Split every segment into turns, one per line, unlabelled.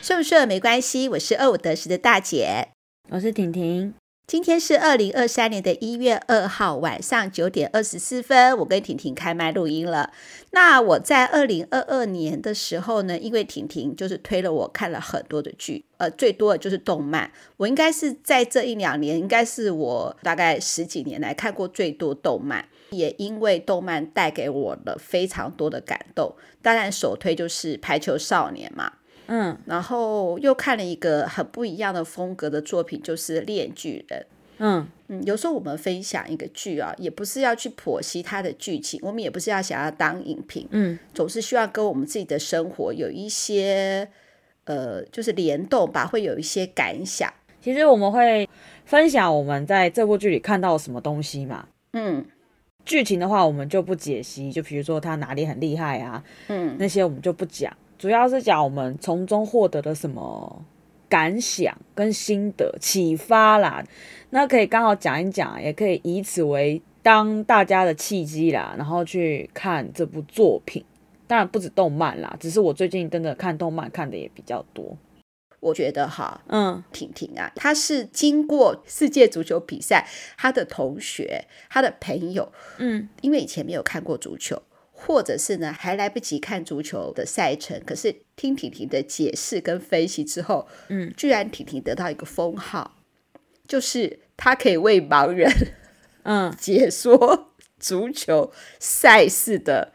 顺没关系，我是二五得十的大姐。
我是婷婷。
今天是二零二三年的一月二号晚上九点二十四分，我跟婷婷开麦录音了。那我在二零二二年的时候呢，因为婷婷就是推了我看了很多的剧，呃，最多的就是动漫。我应该是在这一两年，应该是我大概十几年来看过最多动漫，也因为动漫带给我了非常多的感动。当然，首推就是《排球少年》嘛。
嗯，
然后又看了一个很不一样的风格的作品，就是《恋巨人》。
嗯，
嗯，有时候我们分享一个剧啊，也不是要去剖析它的剧情，我们也不是要想要当影评，
嗯，
总是希望跟我们自己的生活有一些呃，就是联动吧，会有一些感想。
其实我们会分享我们在这部剧里看到什么东西嘛。
嗯
剧情的话，我们就不解析，就比如说他哪里很厉害啊，
嗯
那些我们就不讲，主要是讲我们从中获得了什么感想跟心得启发啦。那可以刚好讲一讲，也可以以此为当大家的契机啦，然后去看这部作品。当然不止动漫啦，只是我最近真的看动漫看的也比较多。
我觉得哈，
嗯
婷婷啊，她是经过世界足球比赛，她的同学、她的朋友
嗯，
因为以前没有看过足球，或者是呢还来不及看足球的赛程，可是听婷婷的解释跟分析之后，
嗯，
居然婷婷得到一个封号，就是她可以为盲人
嗯，
解说足球赛事的。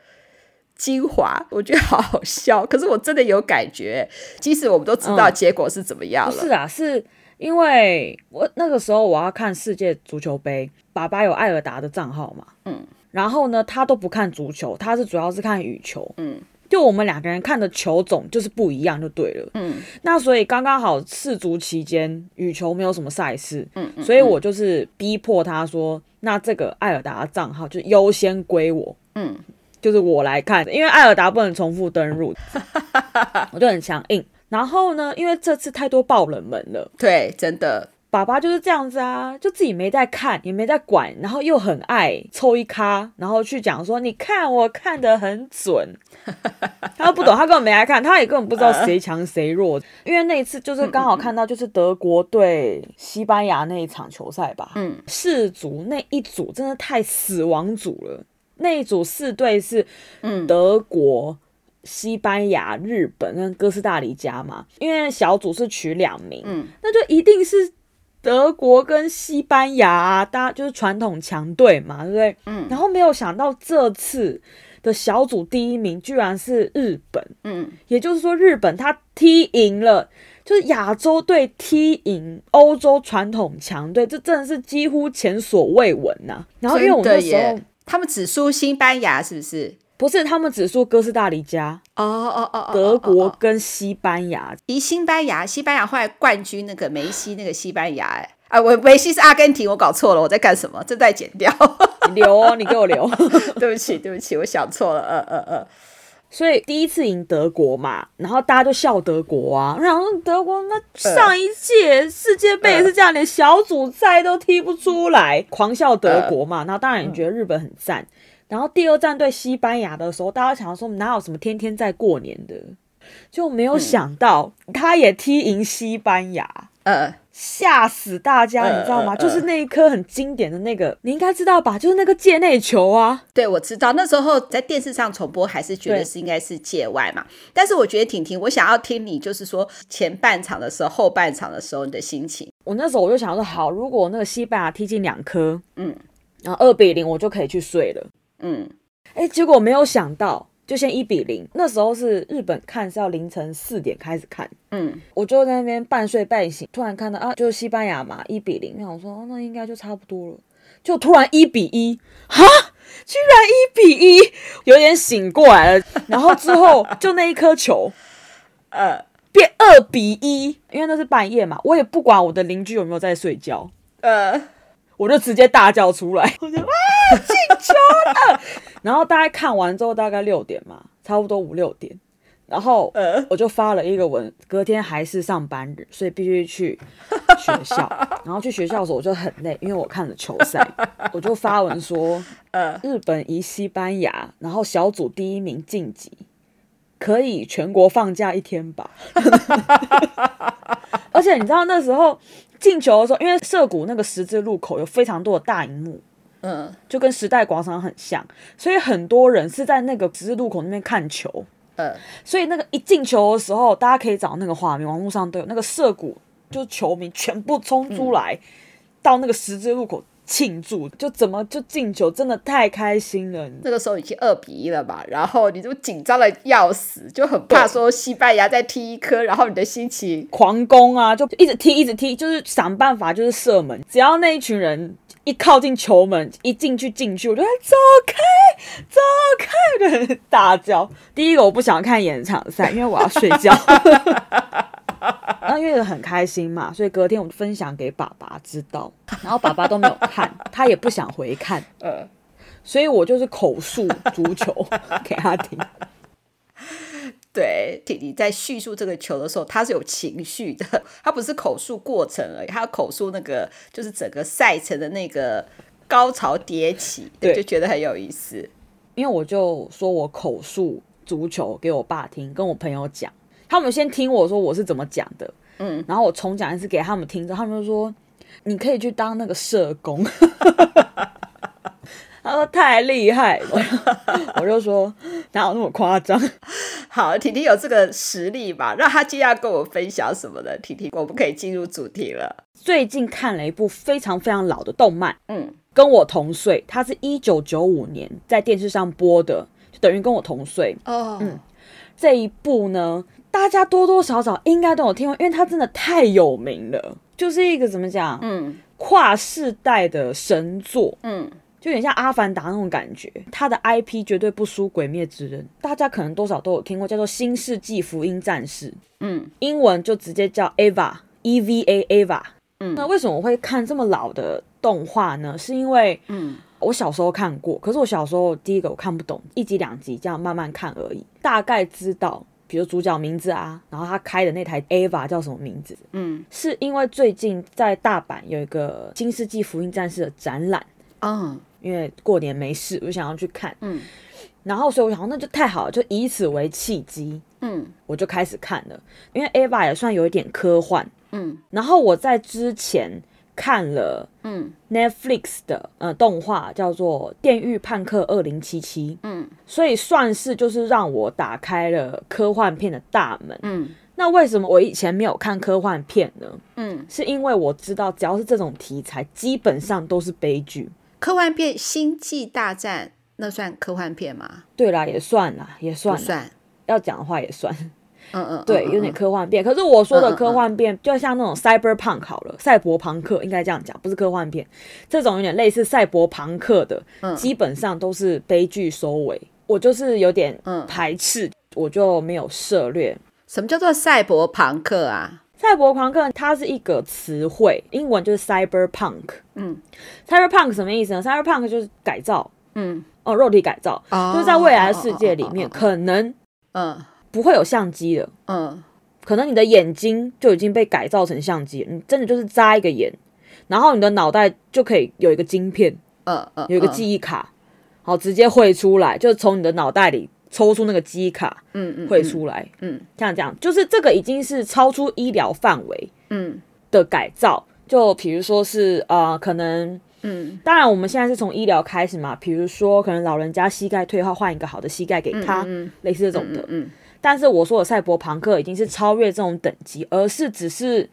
精华，我觉得好好笑，可是我真的有感觉，即使我们都知道
嗯
结果是怎么样
不
了，
是啊，是因为我那个时候我要看世界足球杯，爸爸有艾尔达的账号嘛，
嗯，
然后呢，他都不看足球，他是主要是看羽球，
嗯，
就我们两个人看的球种就是不一样，就对了，
嗯，
那所以刚刚好世足期间羽球没有什么赛事，
嗯嗯
所以我就是逼迫他说，那这个艾尔达的账号就优先归我，
嗯，
就是我来看，因为艾尔达不能重复登入，我就很强硬。然后呢，因为这次太多爆冷门了，
对，真的，
爸爸就是这样子啊，就自己没在看，也没在管，然后又很爱抽一咖，然后去讲说，你看我看得很准，他又不懂，他根本没来看，他也根本不知道谁强谁弱，因为那一次就是刚好看到就是德国对西班牙那一场球赛吧，
嗯，
四组那一组真的太死亡组了，那一组四队是
嗯
德国。西班牙、日本跟哥斯达黎加嘛，因为小组是取两名，
嗯，
那就一定是德国跟西班牙、啊，大家就是传统强队嘛，对不对？
嗯
然后没有想到这次的小组第一名居然是日本，
嗯
也就是说日本他踢赢了，就是亚洲队踢赢欧洲传统强队，这真的是几乎前所未闻呐、然后因为我那
真的
时候
耶他们只输西班牙，是不是？
不是他们只输哥斯达黎加、
哦哦哦哦，
德
哦
国
哦
跟西班牙，
离西班牙，西班牙后来冠军那个梅西，那个西班牙、哎，啊，我梅西是阿根廷，我搞错了，我在干什么？这段剪掉，
你留哦，你给我留。
对不起，对不起，我想错了，呃呃呃，
所以第一次赢德国嘛，然后大家就笑德国啊，然后德国那上一届世界杯也
嗯
是这样，连小组赛都踢不出来，狂笑德国
嗯
嘛。然后当然也觉得日本很赞。然后第二战对西班牙的时候，大家想说哪有什么天天在过年的，就没有想到他也踢赢西班牙。
呃，
吓死大家，你知道
嗯
吗？
嗯嗯
就是那一颗很经典的那个，你应该知道吧？就是那个界内球啊，
对，我知道那时候在电视上重播，还是觉得
对
是应该是界外嘛。但是我觉得婷婷，我想要听你就是说前半场的时候、后半场的时候你的心情。
我那时候我就想说，好，如果那个西班牙踢进两颗，
嗯
然后二比零，我就可以去睡了。
嗯
哎，结果没有想到，就先一比零。那时候是日本看是要凌晨四点开始看，
嗯
我就在那边半睡半醒，突然看到啊，就是西班牙嘛，一比零，那我说、哦那应该就差不多了，就突然一比一，哈，居然一比一，有点醒过来了。然后之后就那一颗球，
呃
变二比一，因为那是半夜嘛，我也不管我的邻居有没有在睡觉。
呃，
我就直接大叫出来，我就啊进球了。 然后大概看完之后，大概六点嘛，差不多五六点。然后
呃
我就发了一个文，隔天还是上班日，所以必须去学校。 然后去学校的时候我就很累，因为我看了球赛，我就发文说，
呃，
日本赢西班牙，然后小组第一名晋级。可以全国放假一天吧。 而且你知道那时候进球的时候，因为涩谷那个十字路口有非常多的大荧幕，
嗯，
就跟时代广场很像，所以很多人是在那个十字路口那边看球。
呃，
所以那个一进球的时候，大家可以找那个画面，网络上都有那个涩谷，就是球迷全部冲出来、到那个十字路口庆祝，就怎么就进球，真的太开心了。
那个时候已经二比一了嘛，然后你就紧张的要死，就很怕说西班牙再踢一颗，然后你的心情
狂攻啊，就一直踢，一直踢，就是想办法，就是射门。只要那一群人一靠近球门，一进去进去，我就在走开，走开，我就很大叫。第一个我不想看演唱赛，因为我要睡觉。那因为很开心嘛，所以隔天我分享给爸爸知道，然后爸爸都没有看，他也不想回看，
呃，
所以我就是口述足球给他听。
对，婷婷在叙述这个球的时候，她是有情绪的，她不是口述过程而已，她要口述那个就是整个赛程的那个高潮迭起，
对
就觉得很有意思。
因为我就说我口述足球给我爸听，跟我朋友讲，他们先听我说我是怎么讲的，
嗯，
然后我重讲一次给他们听，之后他们就说你可以去当那个社工， 他说太厉害了， 我就说哪有那么夸张？
好，婷婷有这个实力嘛，让她今天要跟我分享什么呢？婷婷，我们可以进入主题了。
最近看了一部非常非常老的动漫，
嗯，
跟我同岁，它是一九九五年在电视上播的，就等于跟我同岁，
哦，嗯，
这一部呢，大家多多少少应该都有听过，因为它真的太有名了，就是一个怎么讲，
嗯
跨世代的神作，
嗯，
就有点像《阿凡达》那种感觉。它的 IP 绝对不输《鬼灭之刃》，大家可能多少都有听过，叫做《新世纪福音战士》，
嗯，
英文就直接叫 Ava E V A Ava。
嗯
那为什么我会看这么老的动画呢？是因为
嗯，
我小时候看过，可是我小时候第一个我看不懂，一集两集这样慢慢看而已，大概知道，比如主角名字啊，然后他开的那台 Ava 叫什么名字，
嗯，
是因为最近在大阪有一个《新世纪福音战士》的展览，
哦，
因为过年没事，我就想要去看，
嗯
然后所以我想说那就太好了，就以此为契机，
嗯
我就开始看了，因为 Ava 也算有一点科幻，
嗯
然后我在之前看了。
嗯
Netflix 的呃动画叫做《电狱判客二零七七》，
嗯
所以算是就是让我打开了科幻片的大门。
嗯
那为什么我以前没有看科幻片呢？
嗯，
是因为我知道只要是这种题材，基本上都是悲剧。
科幻片《星际大战》那算科幻片吗？
对啦，也算啦，也
不
算啦，
算。
要讲的话也算，
嗯嗯，嗯
对，
嗯
有点
嗯
科幻片。可是我
嗯
说
嗯
的
嗯
科幻片，就像那种 cyberpunk 好了，赛博朋克应该这样讲，不是科幻片，这种有点类似赛博朋克的，
嗯
基本上都是悲剧收尾。我就是有点
嗯
排斥，我就没有涉猎。
什么叫做赛博朋克啊？
赛博朋克它是一个词汇，英文就是 cyberpunk。
嗯
，cyberpunk 什么意思呢？cyberpunk 就是改造，
嗯，
哦，肉体改造，
哦
就是在未来的世界里面，
哦哦哦
可能
嗯
不会有相机了，
嗯
可能你的眼睛就已经被改造成相机了，你真的就是扎一个眼，然后你的脑袋就可以有一个晶片，
嗯嗯，
有一个
忆，
记忆卡，好，直接汇出来，就是从你的脑袋里抽出那个记忆卡
嗯嗯，
汇出来，
嗯，
像这样，就是这个已经是超出医疗范围
嗯
的改造，就比如说是呃，可能
嗯
当然，我们现在是从医疗开始嘛，比如说可能老人家膝盖退化，换一个好的膝盖给他，
嗯
类似这种的。
嗯
但是我说的赛博朋克已经是超越这种等级，而是只是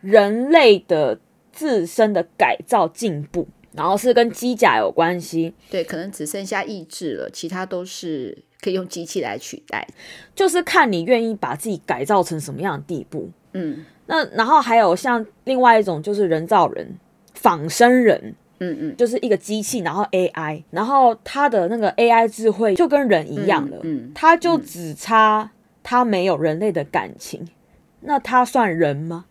人类的自身的改造进步，然后是跟机甲有关系，
嗯，对，可能只剩下意志了，其他都是可以用机器来取代。
就是看你愿意把自己改造成什么样的地步。
嗯
那然后还有像另外一种就是人造人、仿生人，
嗯嗯，
就是一个机器，然后 AI，然后它的那个 AI 智慧就跟人一样了，
嗯嗯
它就只差它没有人类的感情，那它算人吗？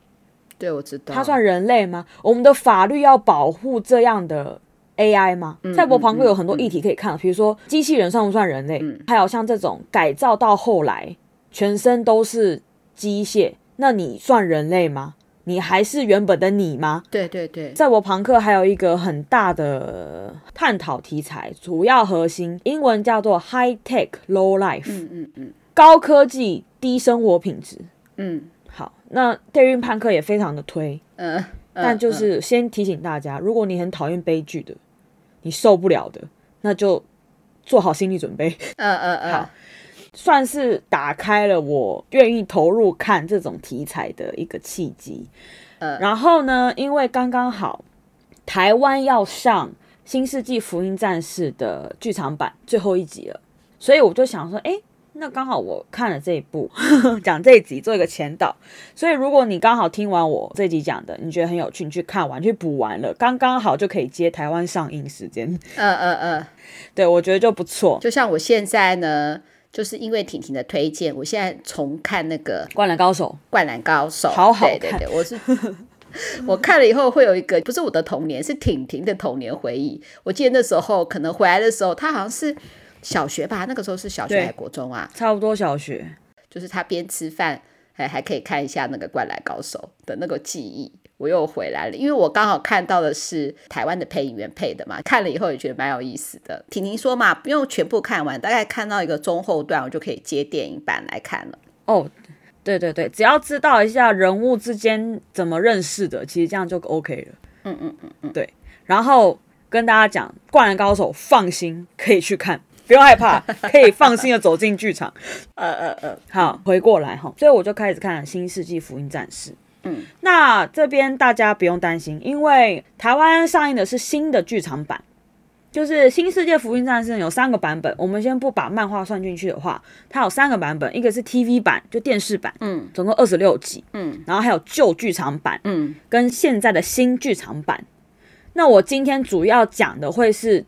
对，我知道。
它算人类吗？我们的法律要保护这样的 AI 吗？
嗯
赛博朋克有很多议题可以看，比如说机器人算不算人类？
嗯
还有像这种改造到后来全身都是机械，那你算人类吗？你还是原本的你吗？
对对对，
赛博朋克还有一个很大的探讨题材，主要核心英文叫做 high tech low life，、
嗯嗯嗯
高科技低生活品质。
嗯
好，那电运判客也非常的推，
嗯，嗯
但就
嗯
是先提醒大家，如果你很讨厌悲剧的，你受不了的，那就做好心理准备。
嗯嗯嗯，
好算是打开了我愿意投入看这种题材的一个契机。
嗯
然后呢，因为刚刚好台湾要上《新世纪福音战士》的剧场版最后一集了，所以我就想说，诶，那刚好我看了这一部， 讲这一集做一个前导，所以如果你刚好听完我这集讲的，你觉得很有趣，你去看完去补完了，刚刚好就可以接台湾上映时间，
嗯嗯嗯，
对我觉得就不错。
就像我现在呢，就是因为婷婷的推荐，我现在重看那个
《灌篮高手》
《灌篮高手》，
好好
对对对，我是。我看了以后会有一个不是我的童年，是婷婷的童年回忆。我记得那时候可能回来的时候，她好像是小学吧，那个时候是小学
对
还是国中啊？
差不多小学，
就是她边吃饭哎还还可以看一下那个《灌篮高手》的那个记忆，我又回来了，因为我刚好看到的是台湾的配音员配的嘛，看了以后也觉得蛮有意思的。婷婷说嘛，不用全部看完，大概看到一个中后段，我就可以接电影版来看了。
哦，对对对，只要知道一下人物之间怎么认识的，其实这样就 OK 了。
嗯嗯嗯，
然后跟大家讲，《灌篮高手》放心可以去看， 不用 害怕，可以放心的走进剧场。
呃呃呃，
好，回过来哈，所以我就开始看《新世纪福音战士》。
嗯，
那这边大家不用担心，因为台湾上映的是新的剧场版，就是《新世界福音战士》有三个版本。我们先不把漫画算进去的话，它有三个版本，一个是 TV 版，就电视版，
嗯，
总共二十六集，
嗯，
然后还有旧剧场版，
嗯
跟现在的新剧场版。那我今天主要讲的会是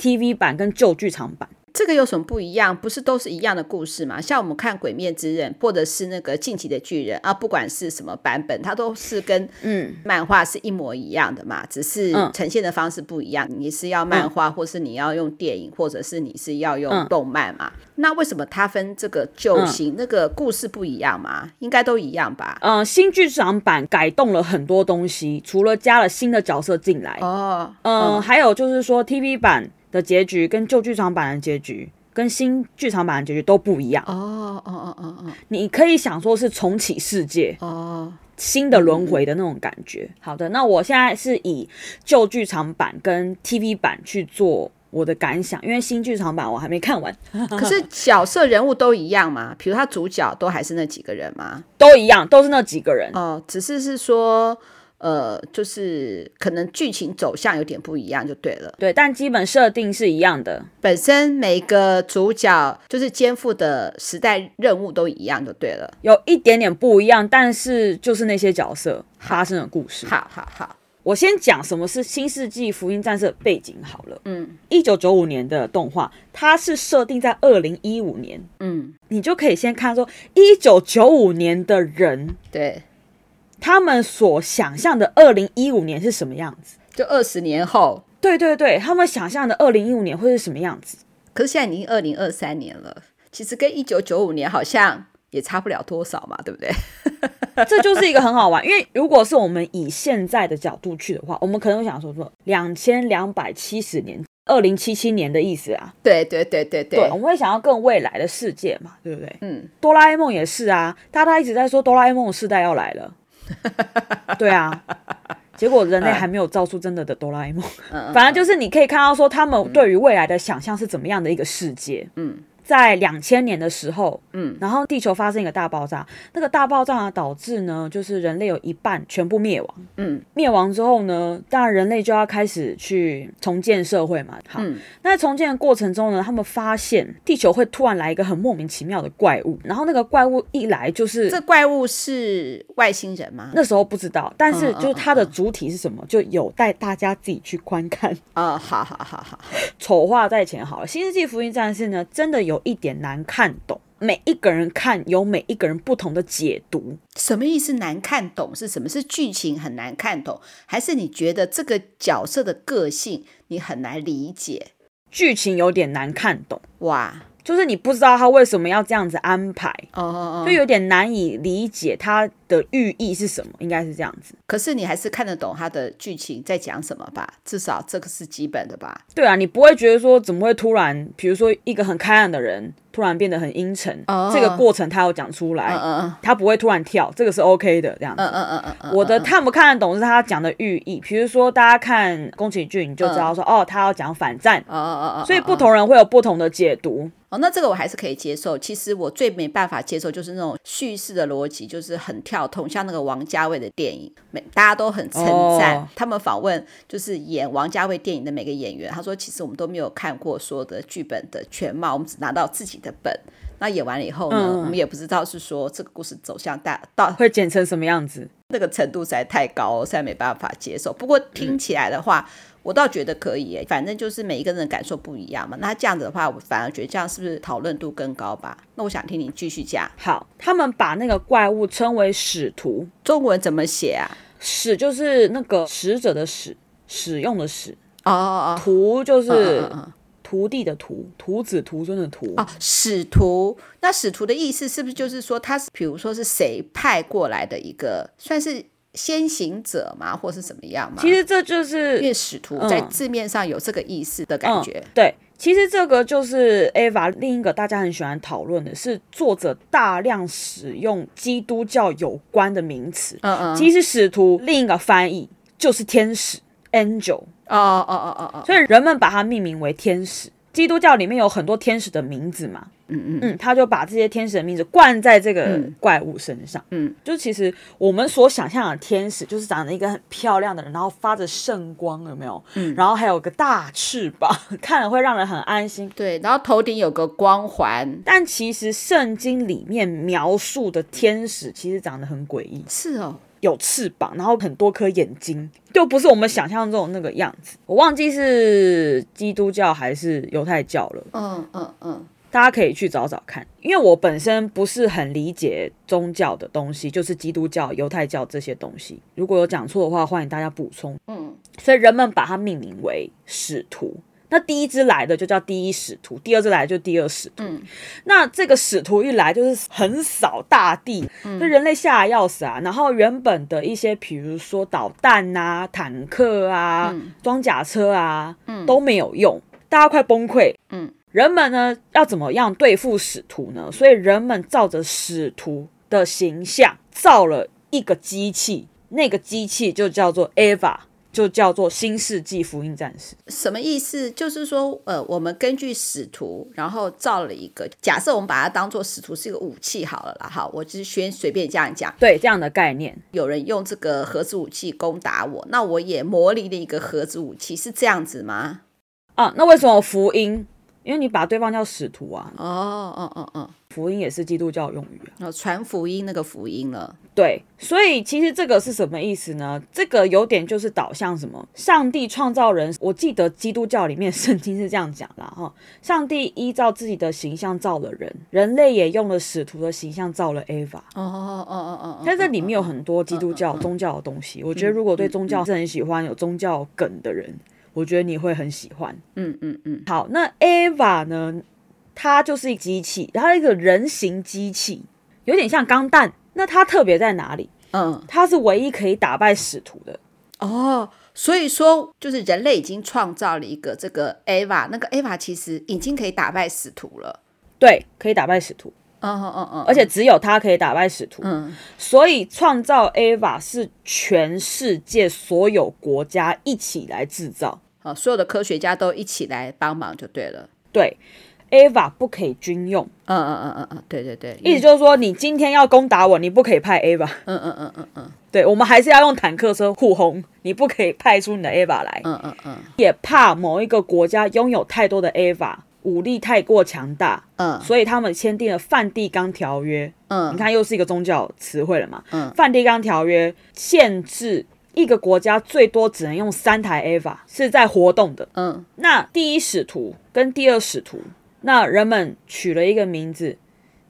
TV 版跟旧剧场版。
这个有什么不一样？不是都是一样的故事嘛？像我们看《鬼灭之刃》或者是那个《进击的巨人》啊，不管是什么版本，它都是跟
嗯，
漫画是一模一样的嘛，只是
嗯
呈现的方式不一样。你是要漫画，或是你要用电影，或者是你是要用
嗯
动漫嘛？那为什么它分这个旧型、那个故事不一样嘛？应该都一样吧？
嗯，新剧场版改动了很多东西，除了加了新的角色进来，
哦，
嗯，还有就是说 TV 版的结局跟旧剧场版的结局跟新剧场版的结局都不一样。
哦，哦哦哦哦
你可以想说是重启世界、
哦，
新的轮回的那种感觉。好的，那我现在是以旧剧场版跟 TV 版去做我的感想，因为新剧场版我还没看完，
可是角色人物都一样嘛？比如他主角都还是那几个人嘛？
都一样，都是那几个人。
哦，只是是说，呃，就是可能剧情走向有点不一样就对了。
对，但基本设定是一样的。
本身每个主角就是肩负的时代任务都一样就对了。
有一点点不一样，但是就是那些角色发生的故事。
好好好，
我先讲什么是《新世纪福音战士》的背景好了。
嗯
一九九五年的动画，它是设定在二零一五年，
嗯，
你就可以先看说一九九五年的人
对，
他们所想象的二零一五年是什么样子。
就二十年后，
对对对，他们想象的二零一五年会是什么样子？
可是现在已经二零二三年了，其实跟一九九五年好像也差不了多少嘛，对不对？
这就是一个很好玩，因为如果是我们以现在的角度去的话，我们可能会想说说两千两百七十年，二零七七年的意思啊。
对对对对对，
对，我们会想要更未来的世界嘛，对不对？
嗯，
哆啦 A 梦也是啊，大家一直在说哆啦 A 梦的世代要 来了，对啊，结果人类还没有造出真的的哆啦 A 梦。
嗯
反正就是你可以看到说他们对于未来的想象是怎么样的一个世界。
嗯，
在两千年的时候，
嗯，
然后地球发生一个大爆炸，那个大爆炸呢导致呢，就是人类有一半全部灭亡。
嗯，
灭亡之后呢，当然人类就要开始去重建社会嘛。好，
嗯
那在重建的过程中呢，他们发现地球会突然来一个很莫名其妙的怪物，然后那个怪物一来就是
这怪物是外星人吗？
那时候不知道，但是
嗯嗯
就是它的主体是什么，就有待大家自己去观看。
哦，好好好好，
丑话在前好了，《新世纪福音战士》呢，真的有一点难看懂。每一个人看有每一个人不同的解读，
什么意思？难看懂是什么？是剧情很难看懂，还是你觉得这个角色的个性你很难理解？
剧情有点难看懂。
哇，
就是你不知道他为什么要这样子安排，
哦哦
就
哦，
有点难以理解他的寓意是什么，应该是这样子。
可是你还是看得懂它的剧情在讲什么吧？至少这个是基本的吧？
对啊，你不会觉得说怎么会突然，比如说一个很开朗的人突然变得很阴沉
哦
这个过程他有讲出来，
嗯嗯
他不会突然跳，这个是 OK 的这样子。
嗯嗯嗯嗯嗯，
我的看不看得懂是他讲的寓意，比如说大家看宫崎骏，你就知道
嗯
说、哦，他要讲反战，
哦哦哦，
所以不
同。
同人会有不同的解读。
哦，那这个我还是可以接受。其实我最没办法接受就是那种叙事的逻辑，就是很跳痛，像那个王家卫的电影，每大家都很称赞。
哦
他们访问就是演王家卫电影的每个演员，他说其实我们都没有看过所有的剧本的全貌，我们只拿到自己的本。那演完了以后呢，
嗯
我们也不知道是说这个故事走向大到
会剪成什么样子？
那个程度实在太高、哦，实在没办法接受。不过听起来的话，我倒觉得可以耶，反正就是每一个人的感受不一样嘛。那这样子的话，我反而觉得这样是不是讨论度更高吧？那我想听你继续讲，
好，他们把那个怪物称为使徒，
中文怎么写啊？
使就是那个使者的使，使用的使，
哦哦哦
徒就
嗯嗯
是
嗯嗯，
徒弟的徒，徒子徒孙的徒。
哦，使徒。那使徒的意思是不是就是说他是，比如说是谁派过来的一个，算是先行者嘛，或是怎么样嘛？
其实这就是
因为使徒在
嗯
字面上有这个意思的感觉。
嗯。对，其实这个就是 Ava 另一个大家很喜欢讨论的是作者大量使用基督教有关的名词。
嗯嗯，
其实使徒另一个翻译就是天使 （angel），
哦哦哦哦哦，
所以人们把它命名为天使。基督教里面有很多天使的名字嘛，
嗯嗯
嗯，他就把这些天使的名字冠在这个
嗯
怪物身上，
嗯，
就其实我们所想象的天使，就是长得一个很漂亮的人，然后发着圣光，有没有？嗯，然后还有个大翅膀， 看了会让人很安心。
对，然后头顶有个光环，
但其实圣经里面描述的天使其实长得很诡异，
是哦，
有翅膀，然后很多颗眼睛，就不是我们想象中的那个样子。我忘记是基督教还是犹太教了。
嗯嗯嗯，
大家可以去找找看，因为我本身不是很理解宗教的东西，就是基督教、犹太教这些东西。如果有讲错的话，欢迎大家补充。
嗯，
所以人们把它命名为使徒。那第一只来的就叫第一使徒，第二只来的就第二使徒。
嗯
那这个使徒一来就是横扫大地，就人类吓得要死啊！然后原本的一些，比如说导弹啊、坦克啊、装甲车啊，都没有用，大家快崩溃。
嗯，
人们呢要怎么样对付使徒呢？所以人们照着使徒的形象造了一个机器，那个机器就叫做 Ava，就叫做新世纪福音战士。
什么意思？就是说，呃，我们根据使徒，然后造了一个假设，我们把它当做使徒是一个武器好了啦。好，我只是先随便这样讲。
对，这样的概念。
有人用这个核子武器攻打我，那我也模拟了一个核子武器，是这样子吗？
啊，那为什么福音？因为你把对方叫使徒啊，
哦哦哦哦，
福音也是基督教用语啊。
然后哦传福音那个福音了。
对，所以其实这个是什么意思呢？这个有点就是导向什么？上帝创造人，我记得基督教里面 圣经是这样讲啦，哈，上帝依照自己的形象造了人，人类也用了使徒的形象造了 Ava。
哦哦哦哦哦，
但这里面有很多基督教宗教的东西，我觉得如果对宗教是很喜欢有宗教梗的人，我觉得你会很喜欢。
嗯嗯嗯，
好，那 Ava 呢？它就是一个机器，它是一个人形机器，有点像钢弹。那它特别在哪里？
嗯
它是唯一可以打败使徒的。
哦，所以说就是人类已经创造了一个这个 Ava，那个 Ava 其实已经可以打败使徒了。
对，可以打败使徒，
哦哦哦，
而且只有它可以打败使徒。
嗯
所以创造 Ava 是全世界所有国家一起来制造。
好，所有的科学家都一起来帮忙就对了。
对，Ava 不可以军用，
嗯嗯嗯嗯嗯，对对对，
意思就是说，你今天要攻打我，你不可以派 Ava。
嗯嗯嗯嗯嗯
对，我们还是要用坦克车护轰，你不可以派出你的 Ava 来。
嗯嗯嗯
也怕某一个国家拥有太多的 AVA，武力太过强大，
嗯
所以他们签订了《梵蒂冈条约》。你
嗯
看，又是一个宗教词汇了嘛？
嗯
梵蒂冈条约》限制一个国家最多只能用三台 AVA 是在活动的。
嗯
那第一使徒跟第二使徒，那人们取了一个名字，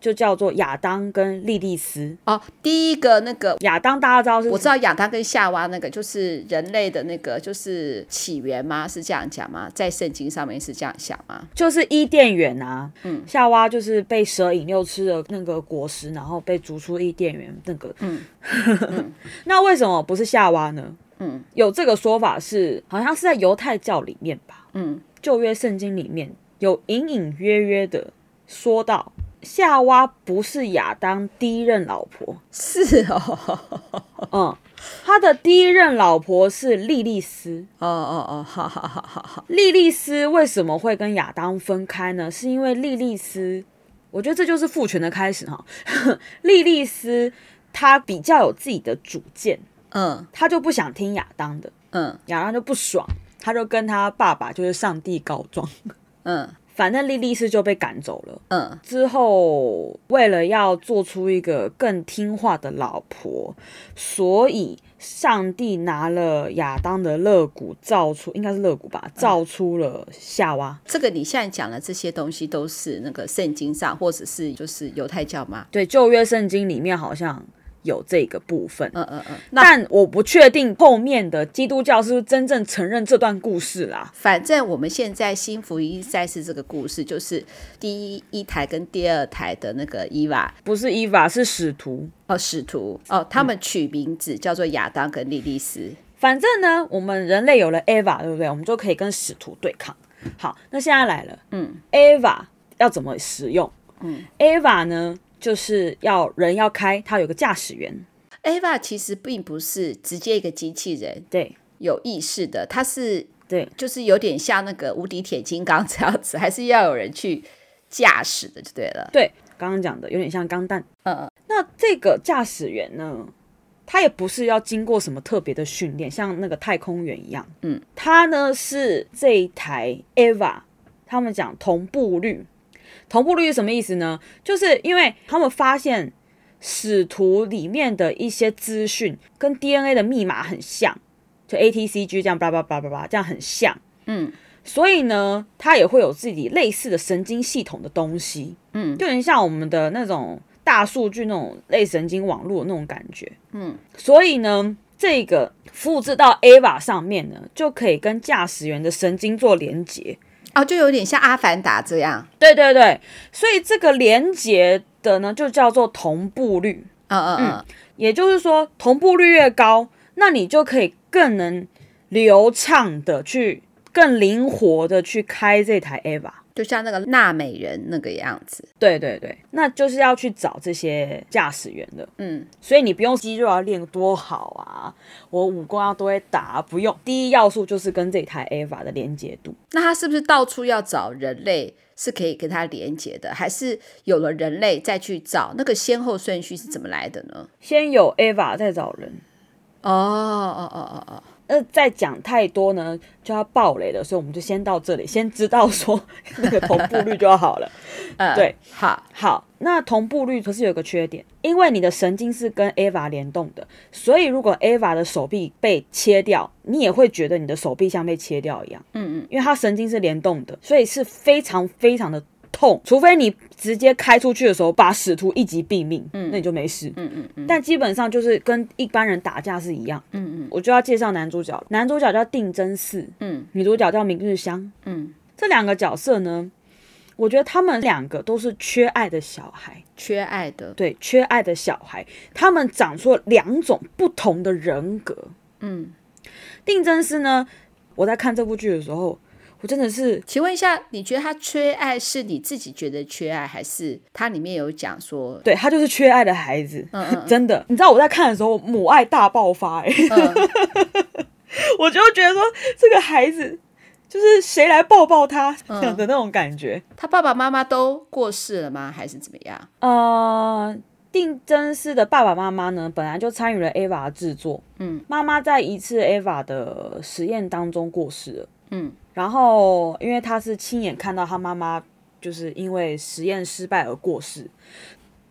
就叫做亚当跟莉莉丝。
哦，第一个那个
亚当大家知道是
我知道亚当跟夏娃那个就是人类的那个就是起源吗？是这样讲吗？在圣经上面是这样想吗？
就是伊甸园啊，嗯，夏娃就是被蛇引诱吃了那个果实，然后被逐出伊甸园那个， 嗯，那为什么不是夏娃呢？嗯，有这个说法是好像是在犹太教里面吧，嗯，旧约圣经里面有隐隐约约的说到夏娃不是亚当第一任老 婆，
是哦，
嗯，他的第一任老婆是莉莉丝。
哦哦哦，好好好好好，
莉莉丝为什么会跟亚当分开呢？是因为莉莉丝，我觉得这就是父权的开始哈。 莉莉丝她比较有自己的主见，
嗯
她就不想听亚当的，
嗯
亚当就不爽，他就跟他爸爸就是上帝告状，
嗯
反正莉莉丝就被赶走了。
嗯
之后，为了要做出一个更听话的老婆，所以上帝拿了亚当的肋骨造出，应该是肋骨吧，造出了夏娃。
这个你现在讲的这些东西都是那个圣经上或者是就是犹太教吗？
对，旧约圣经里面好像有这个部分，
嗯嗯嗯，那
但我不确定后面的基督教是不是真正承认这段故事啦。
反正我们现在新福音赛事这个故事，就是第一一台跟第二台的那个伊娃
不是伊娃，是使徒。
哦使徒哦，他们取名字叫做亚当跟莉莉丝。
反正呢，我们人类有了 Ava，对不对？我们就可以跟使徒对抗。好，那现在来了，嗯，Ava 要怎么使用？嗯，Ava 呢，就是要人要开，它有个驾驶员，
Ava 其实并不是直接一个机器人，
对
有意识的，它是
对，
就是有点像那个无敌铁金刚这样子，还是要有人去驾驶的就对了。
对，刚刚讲的有点像钢弹。
嗯
那这个驾驶员呢，他也不是要经过什么特别的训练，像那个太空员一样。
嗯，
他呢是这一台 EVA，他们讲同步率。同步率是什么意思呢？就是因为他们发现使徒里面的一些资讯跟 DNA 的密码很像，就 ATCG 这样叭叭叭叭叭这样很像。
嗯
所以呢，它也会有自己类似的神经系统的东西，
嗯，
就很像我们的那种大数据那种类神经网络的那种感觉，
嗯，
所以呢，这个复制到 AVA 上面呢，就可以跟驾驶员的神经做连接，
哦，就有点像阿凡达这样。
对对对，所以这个连接的呢，就叫做同步率，
嗯嗯嗯，
也就是说，同步率越高，那你就可以更能流畅的去。更灵活的去开这台 AVA，
就像那个纳美人那个样子。
对对对，那就是要去找这些驾驶员的，
嗯，
所以你不用肌肉要练多好啊，我武功要多会打，不用。第一要素就是跟这台 AVA 的连接度，
那他是不是到处要找人类是可以跟他连接的？还是有了人类再去找那个先后顺序是怎么来的呢？
先有 AVA 再找人。
哦哦哦哦哦，
那再讲太多呢，就要爆雷了，所以我们就先到这里，先知道说那个同步率就好了。
呃
对，
好，
好，那同步率可是有个缺点，因为你的神经是跟 Ava 联动的，所以如果 Ava 的手臂被切掉，你也会觉得你的手臂像被切掉一样。
嗯嗯，
因为它神经是联动的，所以是非常非常的痛。除非你直接开出去的时候把使徒一击毙命，嗯，那你就没事，嗯嗯嗯。但基本上就是跟一般人打架是一样，嗯嗯。我就要介绍男主角了，男主角叫定真寺，
嗯，
女主角叫明日香，
嗯。
这两个角色呢，我觉得他们两个都是缺爱的小孩，
缺爱的。
对，缺爱的小孩，他们长出了两种不同的人格。
嗯，
定真寺呢，我在看这部剧的时候，我真的是
请问一下，你觉得他缺爱是你自己觉得缺爱，还是它里面有讲说，
对他就是缺爱的孩子，
嗯嗯
真的。你知道我在看的时候，母爱大爆发、欸，
嗯
我就觉得说这个孩子就是谁来抱抱他
嗯
这样的那种感觉。
他爸爸妈妈都过世了吗？还是怎么样？
呃，定真寺的爸爸妈妈呢，本来就参与了 AVA 的制作，
嗯，
妈妈在一次 AVA 的实验当中过世了，
嗯，
然后因为他是亲眼看到他妈妈就是因为实验失败而过世，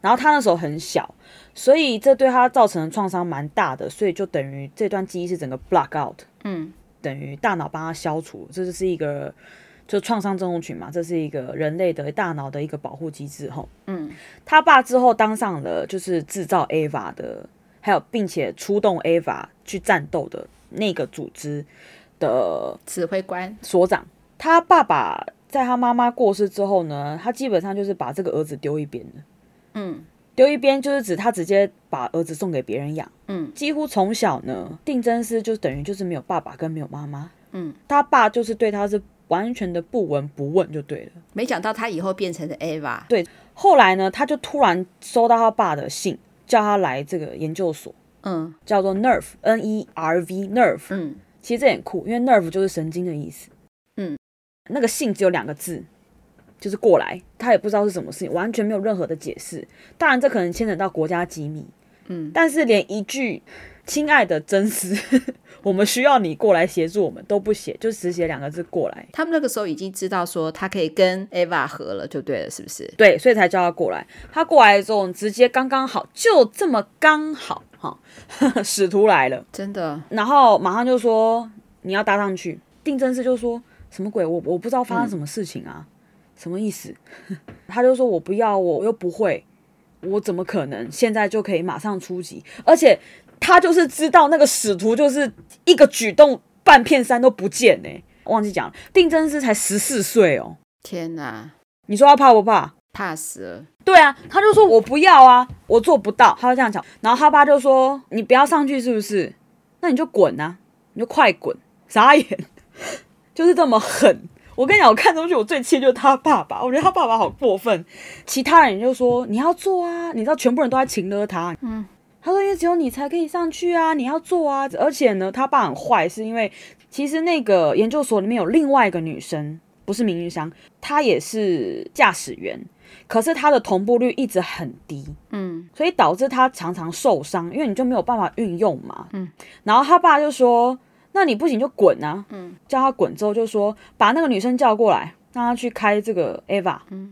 然后他那时候很小，所以这对他造成的创伤蛮大的，所以就等于这段记忆是整个 block out，
嗯
等于大脑帮他消除，这就是一个就创伤症候群嘛，这是一个人类的大脑的一个保护机制吼。
嗯，
他爸之后当上了就是制造 AVA 的，还有并且出动 AVA 去战斗的那个组织的
指挥官，
所长。他爸爸在他妈妈过世之后呢，他基本上就是把这个儿子丢一边了。
嗯
丢一边就是指他直接把儿子送给别人养。
嗯
几乎从小呢，定真师就等于就是没有爸爸跟没有妈妈，
嗯，
他爸就是对他是完全的不闻不问就对了。
没想到他以后变成了 Ava，
后来呢，他就突然收到他爸的信，叫他来这个研究所，
嗯
叫做 Nerve N E R V Nerve。
嗯
其实这很酷，因为 Nerve 就是神经的意思。
嗯，
那个信只有两个字，就是过来，他也不知道是什么事情，完全没有任何的解释。当然，这可能牵扯到国家机密，
嗯，
但是连一句“亲爱的真丝， 我们需要你过来协助我们”都不写，就只写两个字“过来”。
他们那个时候已经知道说他可以跟 Ava 合了，就对了，是不是？
对，所以才叫他过来。他过来之后，直接刚刚好，就这么刚好哈， 使徒来了，
真的，
然后马上就说你要搭上去。定真师就说什么鬼？我我不知道发生什么事情啊，什么意思？ 他就说我不要，我又不会，我怎么可能现在就可以马上出击？而且他就是知道那个使徒就是一个举动，半片山都不见呢、忘记讲了，定真师才十四岁哦，
天哪，
你说他怕不怕？
怕死了！
对啊，他就说我不要啊，我做不到，他就这样讲。然后他爸就说你不要上去是不是？那你就滚啊，你就快滚！傻眼， 就是这么狠。我跟你讲，我看东西我最气就是他爸爸，我觉得他爸爸好过分。其他人就说你要做啊，你知道全部人都在请了他，嗯。他说：“因为只有你才可以上去啊，你要做啊！而且呢，他爸很坏，是因为其实那个研究所里面有另外一个女生，不是名誉商，她也是驾驶员，可是他的同步率一直很低，
嗯，
所以导致他常常受伤，因为你就没有办法运用嘛，嗯。然后他爸就说：“那你不行就滚啊！”嗯，叫他滚之后就说把那个女生叫过来，让她去开这个 Ava。嗯，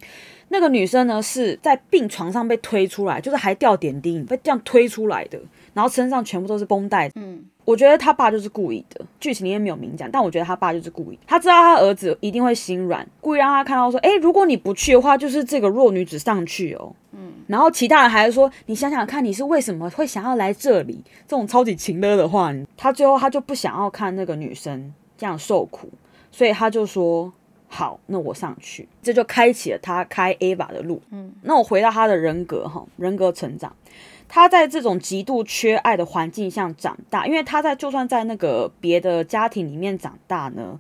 那个女生呢是在病床上被推出来，就是还吊点滴，被这样推出来的，然后身上全部都是绷带。
嗯，
我觉得他爸就是故意的，剧情里面没有明讲，但我觉得他爸就是故意，他知道他儿子一定会心软，故意让他看到说，诶，如果你不去的话，就是这个弱女子上去哦。然后其他人还说：“你想想看，你是为什么会想要来这里？”这种超级情勒的话，他最后他就不想要看那个女生这样受苦，所以他就说：“好，那我上去。”这就开启了他开 A 吧的路。嗯，那我回到他的人格哈，人格成长。他在这种极度缺爱的环境下长大，因为他在就算在那个别的家庭里面长大呢，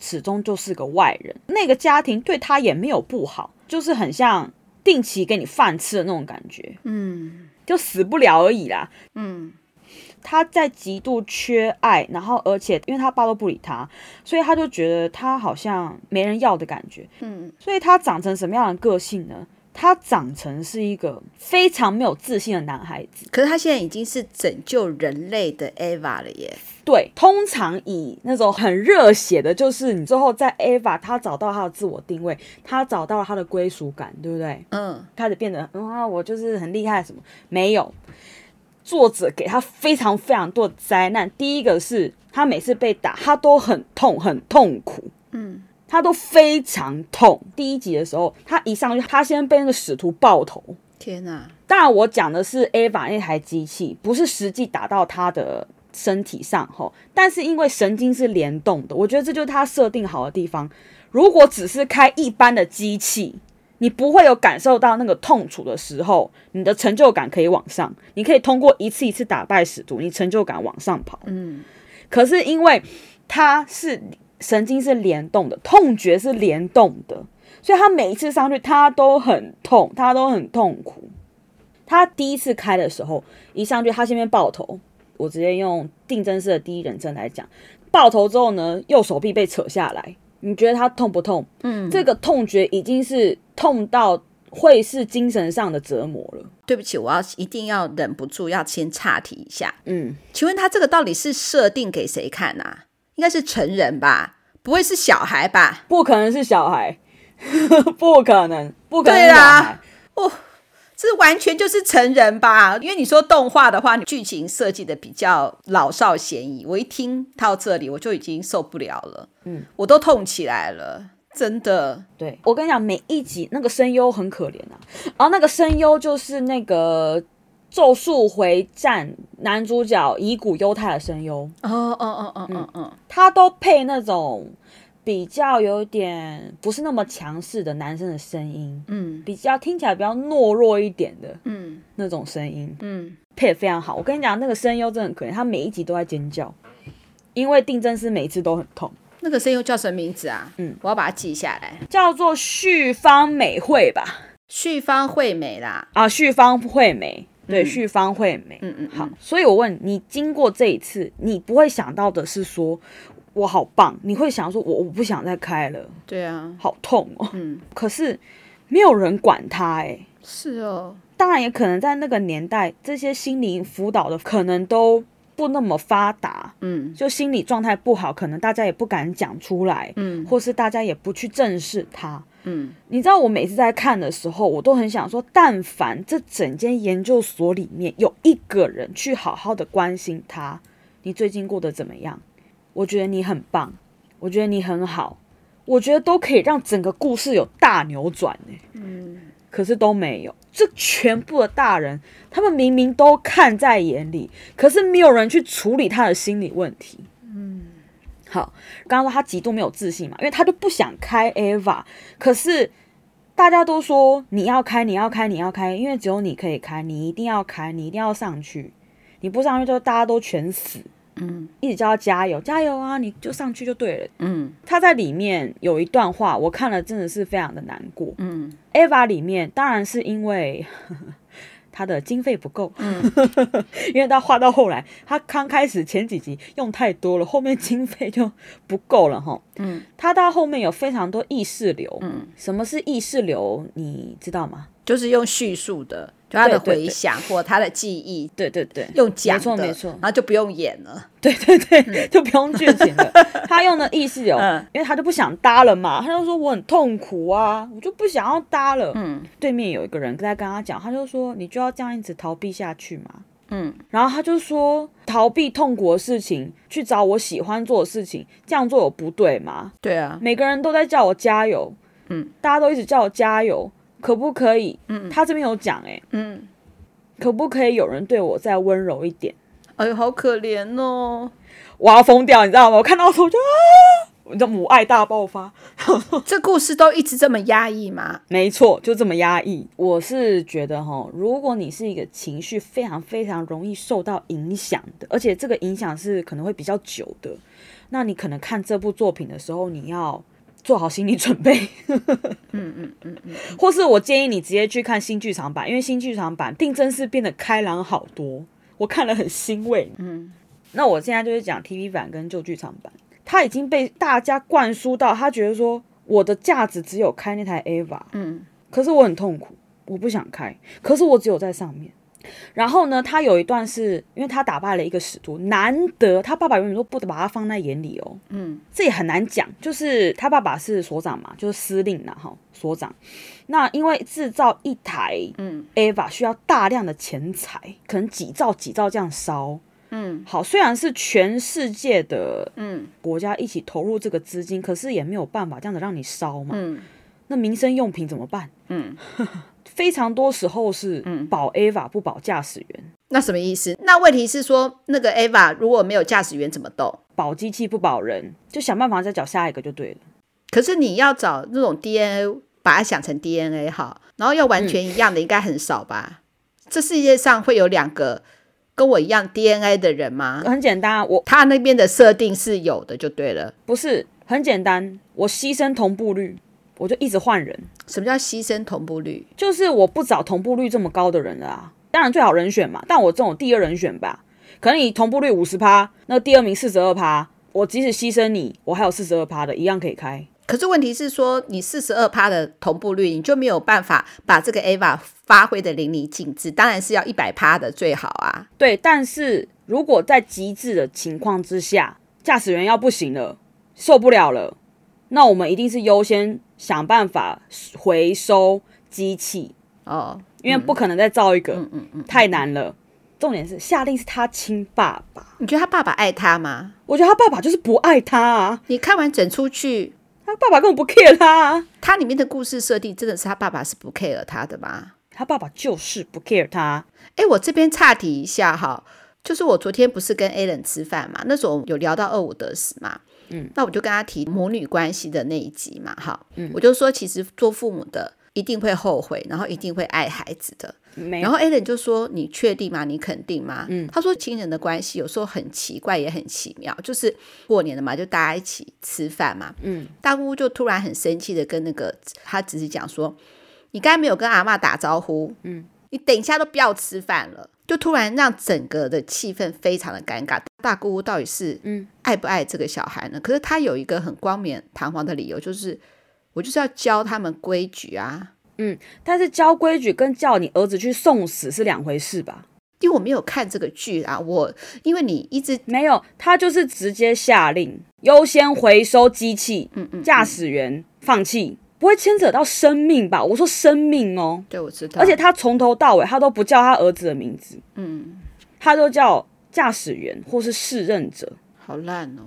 始终就是个外人。那个家庭对他也没有不好，就是很像定期给你饭吃的那种感觉，
嗯
就死不了而已啦。
嗯
他在极度缺爱，然后而且因为他爸都不理他，所以他就觉得他好像没人要的感觉。
嗯
所以他长成什么样的个性呢？他长成是一个非常没有自信的男孩子。
可是他现在已经是拯救人类的 Ava 了耶。
对，通常以那种很热血的，就是你最后在 Ava 他找到他的自我定位，他找到了他的归属感，对不对？
嗯，
开始变得啊，我就是很厉害什么？没有，作者给他非常非常多的灾难。第一个是他每次被打，他都很痛，很痛苦。
嗯，
他都非常痛。第一集的时候，他一上去，他先被那个使徒爆头。
天哪，
当然，我讲的是 Ava 那台机器，不是实际打到他的身体上吼。但是因为神经是联动的，我觉得这就是他设定好的地方。如果只是开一般的机器，你不会有感受到那个痛楚的时候，你的成就感可以往上，你可以通过一次一次打败使徒，你成就感往上跑。
嗯
可是因为它是神经是联动的，痛觉是联动的，所以他每一次上去他都很痛，他都很痛苦。他第一次开的时候，一上去他先被爆头，我直接用定真式的第一人称来讲，爆头之后呢，右手臂被扯下来，你觉得他痛不痛？
嗯，
这个痛觉已经是痛到会是精神上的折磨了。
对不起，我要一定要忍不住要先岔题一下。
嗯，
请问他这个到底是设定给谁看啊？应该是成人吧，不会是小孩吧？
不可能是小孩， 不可能，不可能是
对
小
啊
孩。
这完全就是成人吧？因为你说动画的话，你剧情设计的比较老少咸宜。我一听到这里，我就已经受不了了，嗯，我都痛起来了。真的，
对我跟你讲，每一集那个声优很可怜啊，然后那个声优就是那个《咒术回战》男主角乙骨忧太的声优，
哦哦哦哦哦哦，
他都配那种比较有点不是那么强势的男生的声音，
嗯
比较听起来比较懦弱一点的
嗯
那种声音，
嗯，
配的非常好。我跟你讲，那个声优真的很可怜，他每一集都在尖叫，因为定真师每一次都很痛，
那个声优叫什么名字啊？
嗯，
我要把它记下来。
叫做旭方美惠吧。
旭方惠美啦，
啊，旭方惠美，对，
嗯
旭方惠美，
嗯嗯嗯
好。所以我问你，经过这一次，你不会想到的是说，我好棒，你会想说我我不想再开了，
对啊，
好痛哦。
嗯，
可是没有人管他、哎。
是哦，
当然，也可能在那个年代，这些心灵辅导的可能都不那么发达，
嗯
就心理状态不好，可能大家也不敢讲出来，
嗯
或是大家也不去正视它。
嗯
你知道我每次在看的时候，我都很想说，但凡这整间研究所里面有一个人去好好的关心他，你最近过得怎么样？我觉得你很棒，我觉得你很好，我觉得都可以让整个故事有大扭转欸呢、
嗯，
可是都没有，这全部的大人，他们明明都看在眼里，可是没有人去处理他的心理问题。嗯，好，刚刚说他极度没有自信嘛，因为他就不想开 AVA，可是大家都说你要开，你要开，你要开，因为只有你可以开，你一定要开，你一定要上去，你不上去就大家都全死。
嗯，
一直叫他加油，加油啊！你就上去就对了。
嗯
他在里面有一段话，我看了真的是非常的难过。
嗯
Eva 里面当然是因为 他的经费不够， 因为他画到后来，他刚开始前几集用太多了，后面经费就不够了哈。
嗯，
他到后面有非常多意识流，
嗯，
什么是意识流？你知道吗？
就是用叙述的，就他的
对对
回
对
想或他的记忆，
对对对，
用讲
没错
的
没错
然后就不用演了。
对对对， 就不用剧情 了。他用的意识流
嗯，
因为他就不想搭了嘛，他就说我很痛苦啊，我就不想要搭了。
嗯
对面有一个人在跟他讲，他就说你就要这样一直逃避下去嘛。
嗯
然后他就说，逃避痛苦的事情，去找我喜欢做的事情，这样做有不对吗？
对啊，
每个人都在叫我加油，
嗯，
大家都一直叫我加油，可不可以？嗯，他这边有讲、欸，
嗯，
可不可以有人对我再温柔一点？
哎呦，好可怜哦，
我要疯掉，你知道吗？我看到的时候我就啊，我的母爱大爆发。
这故事都一直这么压抑吗？
没错，就这么压抑。我是觉得哈，如果你是一个情绪非常非常容易受到影响的，而且这个影响是可能会比较久的，那你可能看这部作品的时候，你要做好心理准备。嗯 嗯嗯嗯。或是我建议你直接去看新剧场版，因为新剧场版定真是变得开朗好多，我看了很欣慰。
嗯，
那我现在就是讲 TV 版跟旧剧场版，它已经被大家灌输到，他觉得说我的价值只有开那台 AVA。
嗯
可是我很痛苦，我不想开，可是我只有在上面。然后呢，他有一段是因为他打败了一个使徒，难得他爸爸永远都不把他放在眼里哦，
嗯
这也很难讲。就是他爸爸是所长嘛，就是司令呐、哈，所长。那因为制造一台
嗯
AVA 需要大量的钱财，可能几兆几兆这样烧。
嗯
好，虽然是全世界的
嗯
国家一起投入这个资金，可是也没有办法这样子让你烧嘛。
嗯
那民生用品怎么办？
嗯，
非常多时候是保 AVA 不保驾驶员，
那什么意思？那问题是说，那个 Ava 如果没有驾驶员怎么动？
保机器不保人，就想办法再找下一个就对了。
可是你要找那种 DNA，把它想成 DNA 好，然后要完全一样的，应该很少吧？这世界上会有两个跟我一样 DNA 的人吗？
很简单啊，我
他那边的设定是有的，就对了。
不是很简单，我牺牲同步率，我就一直换人，
什么叫牺牲同步率？
就是我不找同步率这么高的人了啊。当然最好人选嘛，但我这种第二人选吧，可能你同步率五十趴，那第二名四十二趴，我即使牺牲你，我还有四十二趴的，一样可以开。
可是问题是说，你四十二趴的同步率，你就没有办法把这个 AVA 发挥的淋漓尽致。当然是要一百趴的最好啊。
对，但是如果在极致的情况之下，驾驶员要不行了，受不了了，那我们一定是优先想办法回收机器，
哦，
因为不可能再造一个，
嗯嗯嗯，
太难了。重点是夏令是他亲爸爸，
你觉得他爸爸爱他吗？
我觉得他爸爸就是不爱他啊，
你看完整出剧，
他爸爸根本不 care 他，啊
它里面的故事设定真的是他爸爸是不 care 他的吗？
他爸爸就是不 care 他。
哎，我这边岔题一下哈，就是我昨天不是跟 Alan 吃饭嘛，那时候有聊到二五得十嘛，
嗯，
那我就跟他提母女关系的那一集嘛，哈，
嗯
我就说其实做父母的一定会后悔，然后一定会爱孩子的，
没
然后 Alan 就说：“你确定吗？你肯定吗？”
嗯
他说亲人的关系有时候很奇怪，也很奇妙。就是过年了嘛，就大家一起吃饭嘛。
嗯，
大姑姑就突然很生气的跟那个他侄子讲说：“你刚才没有跟阿嬷打招呼，
嗯，
你等一下都不要吃饭了。”就突然让整个的气氛非常的尴尬。大姑姑到底是
嗯
爱不爱这个小孩呢？可是她有一个很光冕堂皇的理由，就是我就是要教他们规矩啊。
但是教规矩跟叫你儿子去送死是两回事吧？
因为我没有看这个剧啊，我因为你一直
没有，他就是直接下令优先回收机器，
嗯嗯，
驾驶员放弃，不会牵扯到生命吧？我说生命哦，
对我知道，
而且他从头到尾他都不叫他儿子的名字，
嗯，
他都叫驾驶员或是试任者。
好烂哦，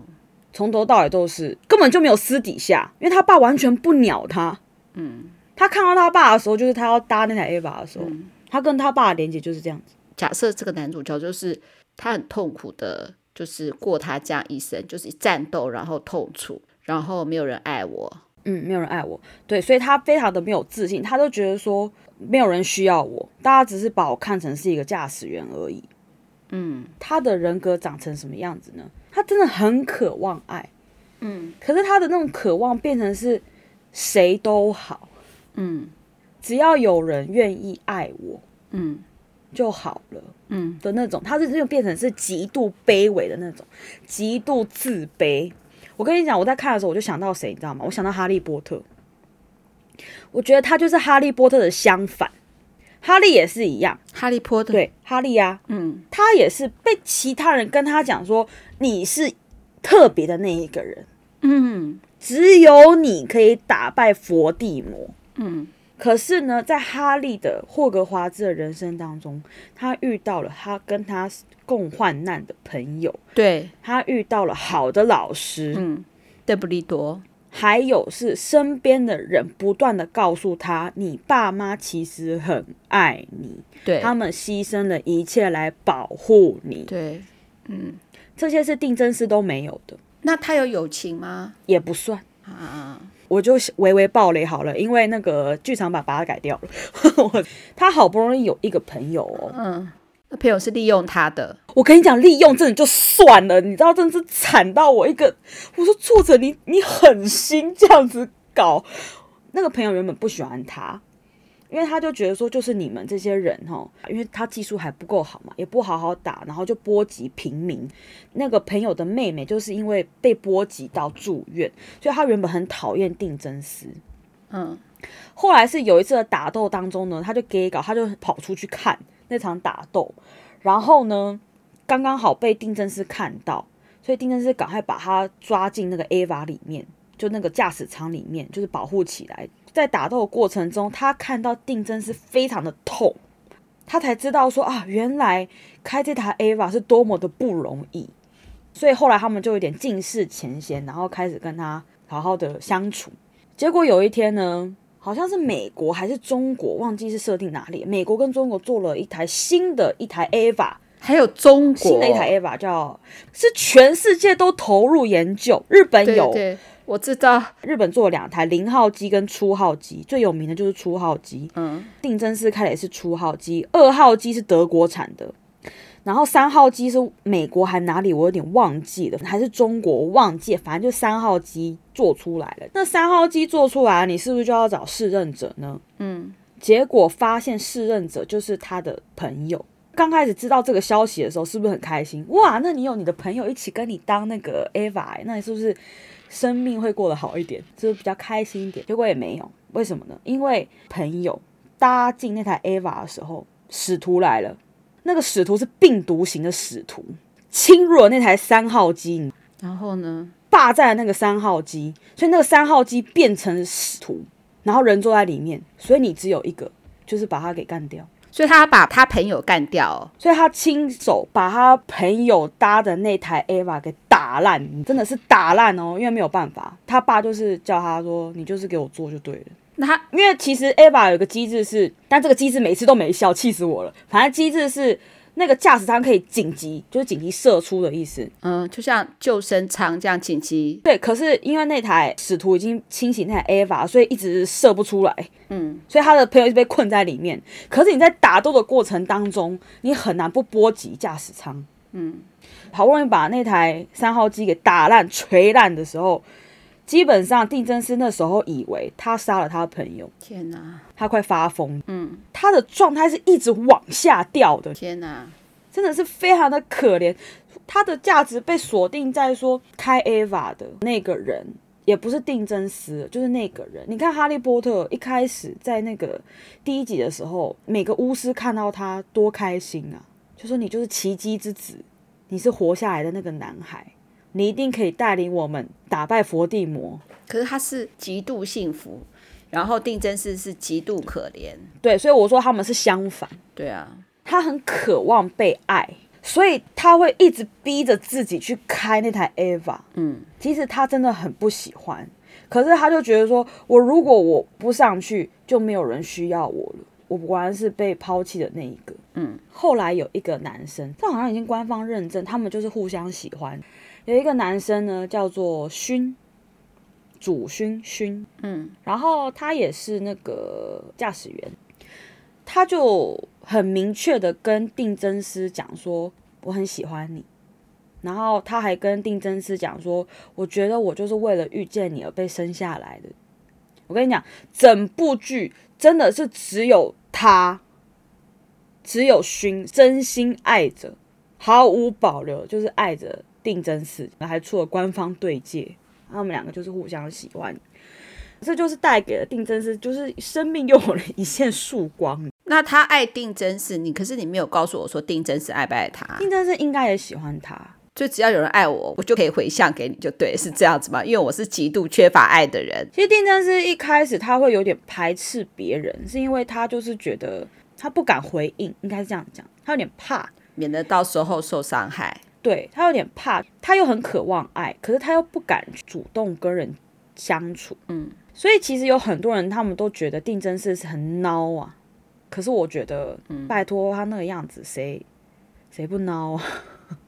从头到尾都是根本就没有私底下，因为他爸完全不鸟他。
嗯，
他看到他爸的时候，就是他要搭那台 A 巴的时候，
嗯
他跟他爸的连接就是这样子。
假设这个男主角就是他很痛苦的，就是过他这样一生，就是战斗，然后痛楚，然后没有人爱我，
嗯，没有人爱我，对，所以他非常的没有自信，他都觉得说没有人需要我，大家只是把我看成是一个驾驶员而已。
嗯
他的人格长成什么样子呢？他真的很渴望爱，
嗯
可是他的那种渴望变成是谁都好，
嗯
只要有人愿意爱我
嗯
就好了。
嗯
的那种，他是就变成是极度卑微的那种，极度自卑。我跟你讲，我在看的时候，我就想到谁，你知道吗？我想到哈利波特。我觉得他就是哈利波特的相反，哈利也是一样，
哈利波特，
对，哈利呀、
嗯
他也是被其他人跟他讲说你是特别的那一个人，
嗯
只有你可以打败伏地魔。
嗯
可是呢，在哈利的霍格华兹的人生当中，他遇到了他跟他共患难的朋友，
对，
他遇到了好的老师，
嗯，邓布利多，
还有是身边的人不断的告诉他，你爸妈其实很爱你，
对
他们牺牲了一切来保护你，
对，嗯，
这些是定真师都没有的，
那他有友情吗？
也不算。
啊，
我就微微暴雷好了，因为那个剧场版把它改掉了。 我他好不容易有一个朋友哦，
嗯，那朋友是利用他的，
我跟你讲，利用真的就算了，你知道，真的是惨到我一个，我说作者你你狠心这样子搞。那个朋友原本不喜欢他，因为他就觉得说，就是你们这些人哈，因为他技术还不够好嘛，也不好好打，然后就波及平民。那个朋友的妹妹就是因为被波及到住院，所以他原本很讨厌定真司。
嗯
后来是有一次的打斗当中呢，他就 gay 搞，他就跑出去看那场打斗，然后呢，刚刚好被定真师看到，所以定真师赶快把他抓进那个 AVA 里面，就那个驾驶舱里面，就是保护起来。在打斗的过程中，他看到定真师非常的痛，他才知道说啊，原来开这台 AVA 是多么的不容易。所以后来他们就有点尽释前嫌，然后开始跟他好好的相处。结果有一天呢，好像是美国还是中国，忘记是设定哪里。美国跟中国做了一台新的一台 AVA，
还有中国
新的一台 AVA 叫是全世界都投入研究。日本
对
有，
对，我知道，
日本做了两台零号机跟初号机，最有名的就是初号机。
嗯
定真寺开的也是初号机，二号机是德国产的，然后三号机是美国还哪里我有点忘记了，还是中国忘记了，反正就三号机做出来了。那三号机做出来了，你是不是就要找试任者呢？
嗯
结果发现试任者就是他的朋友。刚开始知道这个消息的时候，是不是很开心？哇，那你有你的朋友一起跟你当那个 Ava，欸那你是不是生命会过得好一点，是不是比较开心一点？结果也没有，为什么呢？因为朋友搭进那台 Ava 的时候，使徒来了，那个使徒是病毒型的使徒，侵入了那台三号机，你
然后呢？
霸占了那个三号机，所以那个三号机变成使徒，然后人坐在里面，所以你只有一个，就是把他给干掉。
所以他把他朋友干掉哦、
所以他亲手把他朋友搭的那台 Ava 给打打烂，真的是打烂哦，因为没有办法，他爸就是叫他说，你就是给我做就对了。
那他
因为其实 Ava 有个机制是，但这个机制每次都没效，气死我了。反正机制是那个驾驶舱可以紧急，就是紧急射出的意思。
嗯，就像救生舱这样紧急，
对，可是因为那台使徒已经清醒那台 Ava，所以一直射不出来，
嗯，
所以他的朋友一直被困在里面。可是你在打斗的过程当中，你很难不波及驾驶舱，嗯，好不容易把那台三号机给打烂、锤烂的时候，基本上定真师那时候以为他杀了他的朋友，
天哪，
他快发疯，嗯，他的状态是一直往下掉的，
天哪，
真的是非常的可怜。他的价值被锁定在说开 Ava 的那个人，也不是定真师，就是那个人。你看《哈利波特》一开始在那个第一集的时候，每个巫师看到他多开心啊，就说你就是奇迹之子，你是活下来的那个男孩，你一定可以带领我们打败伏地魔。
可是他是极度幸福，然后定真寺是极度可怜，
对，所以我说他们是相反。
对啊，
他很渴望被爱，所以他会一直逼着自己去开那台 Ava。
嗯，
其实他真的很不喜欢，可是他就觉得说，我如果我不上去，就没有人需要我了。我果然是被抛弃的那一个。
嗯，
后来有一个男生，这好像已经官方认证，他们就是互相喜欢。有一个男生呢，叫做勋，主勋勋，
嗯，
然后他也是那个驾驶员，他就很明确的跟定真师讲说，我很喜欢你。然后他还跟定真师讲说，我觉得我就是为了遇见你而被生下来的。我跟你讲，整部剧真的是只有他，只有勋真心爱着，毫无保留，就是爱着定真寺，还出了官方对戒，他们两个就是互相喜欢。这就是带给了定真寺，就是生命又有了一线曙光。
那他爱定真寺你，可是你没有告诉我说定真寺爱不爱他，
定真寺应该也喜欢他，
就只要有人爱我，我就可以回向给你，就对，是这样子吗？因为我是极度缺乏爱的人，
其实定真师一开始他会有点排斥别人，是因为他就是觉得他不敢回应，应该是这样讲，他有点怕，
免得到时候受伤害。
对他有点怕，他又很渴望爱，可是他又不敢主动跟人相处，
嗯，
所以其实有很多人他们都觉得定真寺是很孬啊，可是我觉得，拜托他那个样子，谁谁不孬啊？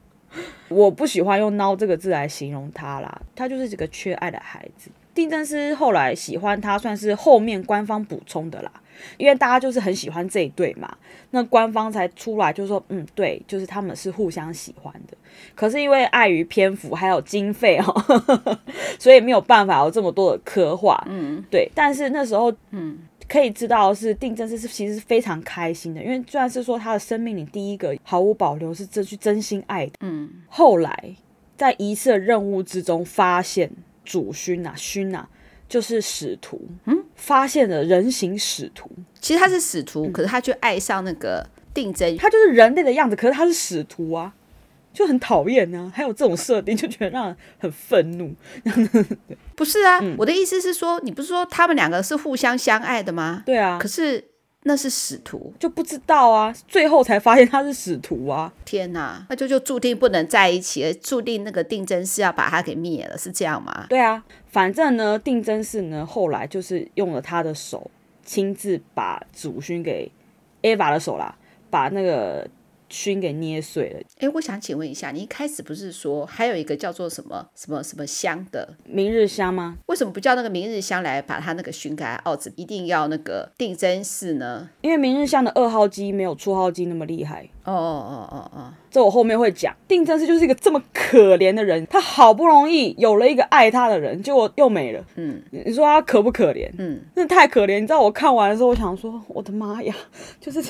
我不喜欢用“孬”这个字来形容他啦，他就是这个缺爱的孩子。定真师后来喜欢他，算是后面官方补充的啦，因为大家就是很喜欢这一对嘛，那官方才出来就说，嗯，对，就是他们是互相喜欢的。可是因为碍于篇幅还有经费哦， 所以没有办法有这么多的刻画。嗯，对。但是那时候，嗯，可以知道的是定真是是其实是非常开心的，因为虽然是说他的生命里第一个毫无保留是这句真心爱的。
嗯，
后来在一次的任务之中发现主勋啊勋啊就是使徒，嗯，发现了人形使徒，
其实他是使徒，可是他却爱上那个定真，
他就是人类的样子，可是他是使徒啊，就很讨厌啊。还有这种设定，就觉得让人很愤怒。
不是啊？我的意思是说，你不是说他们两个是互相相爱的吗？
对啊
可，是那是使徒，
就不知道啊，最后才发现他是使徒啊。
天哪，那就就注定不能在一起，而注定那个定真是要把他给灭了，是这样吗？
对啊，反正呢，定真寺呢，后来就是用了他的手，亲自把祖勋给 Ava 的手啦，把那个勋给捏碎了。
诶，我想请问一下，你一开始不是说还有一个叫做什么什么什么香的，
明日香吗？
为什么不叫那个明日香来把他那个熏干奥子，一定要那个定真寺呢？
因为明日香的二号机没有初号机那么厉害，
哦哦哦哦，
这我后面会讲。定真是就是一个这么可怜的人，他好不容易有了一个爱他的人，结果又没了。
嗯
你说他可不可怜？
嗯，
真的太可怜。你知道我看完的时候，我想说，我的妈呀，就是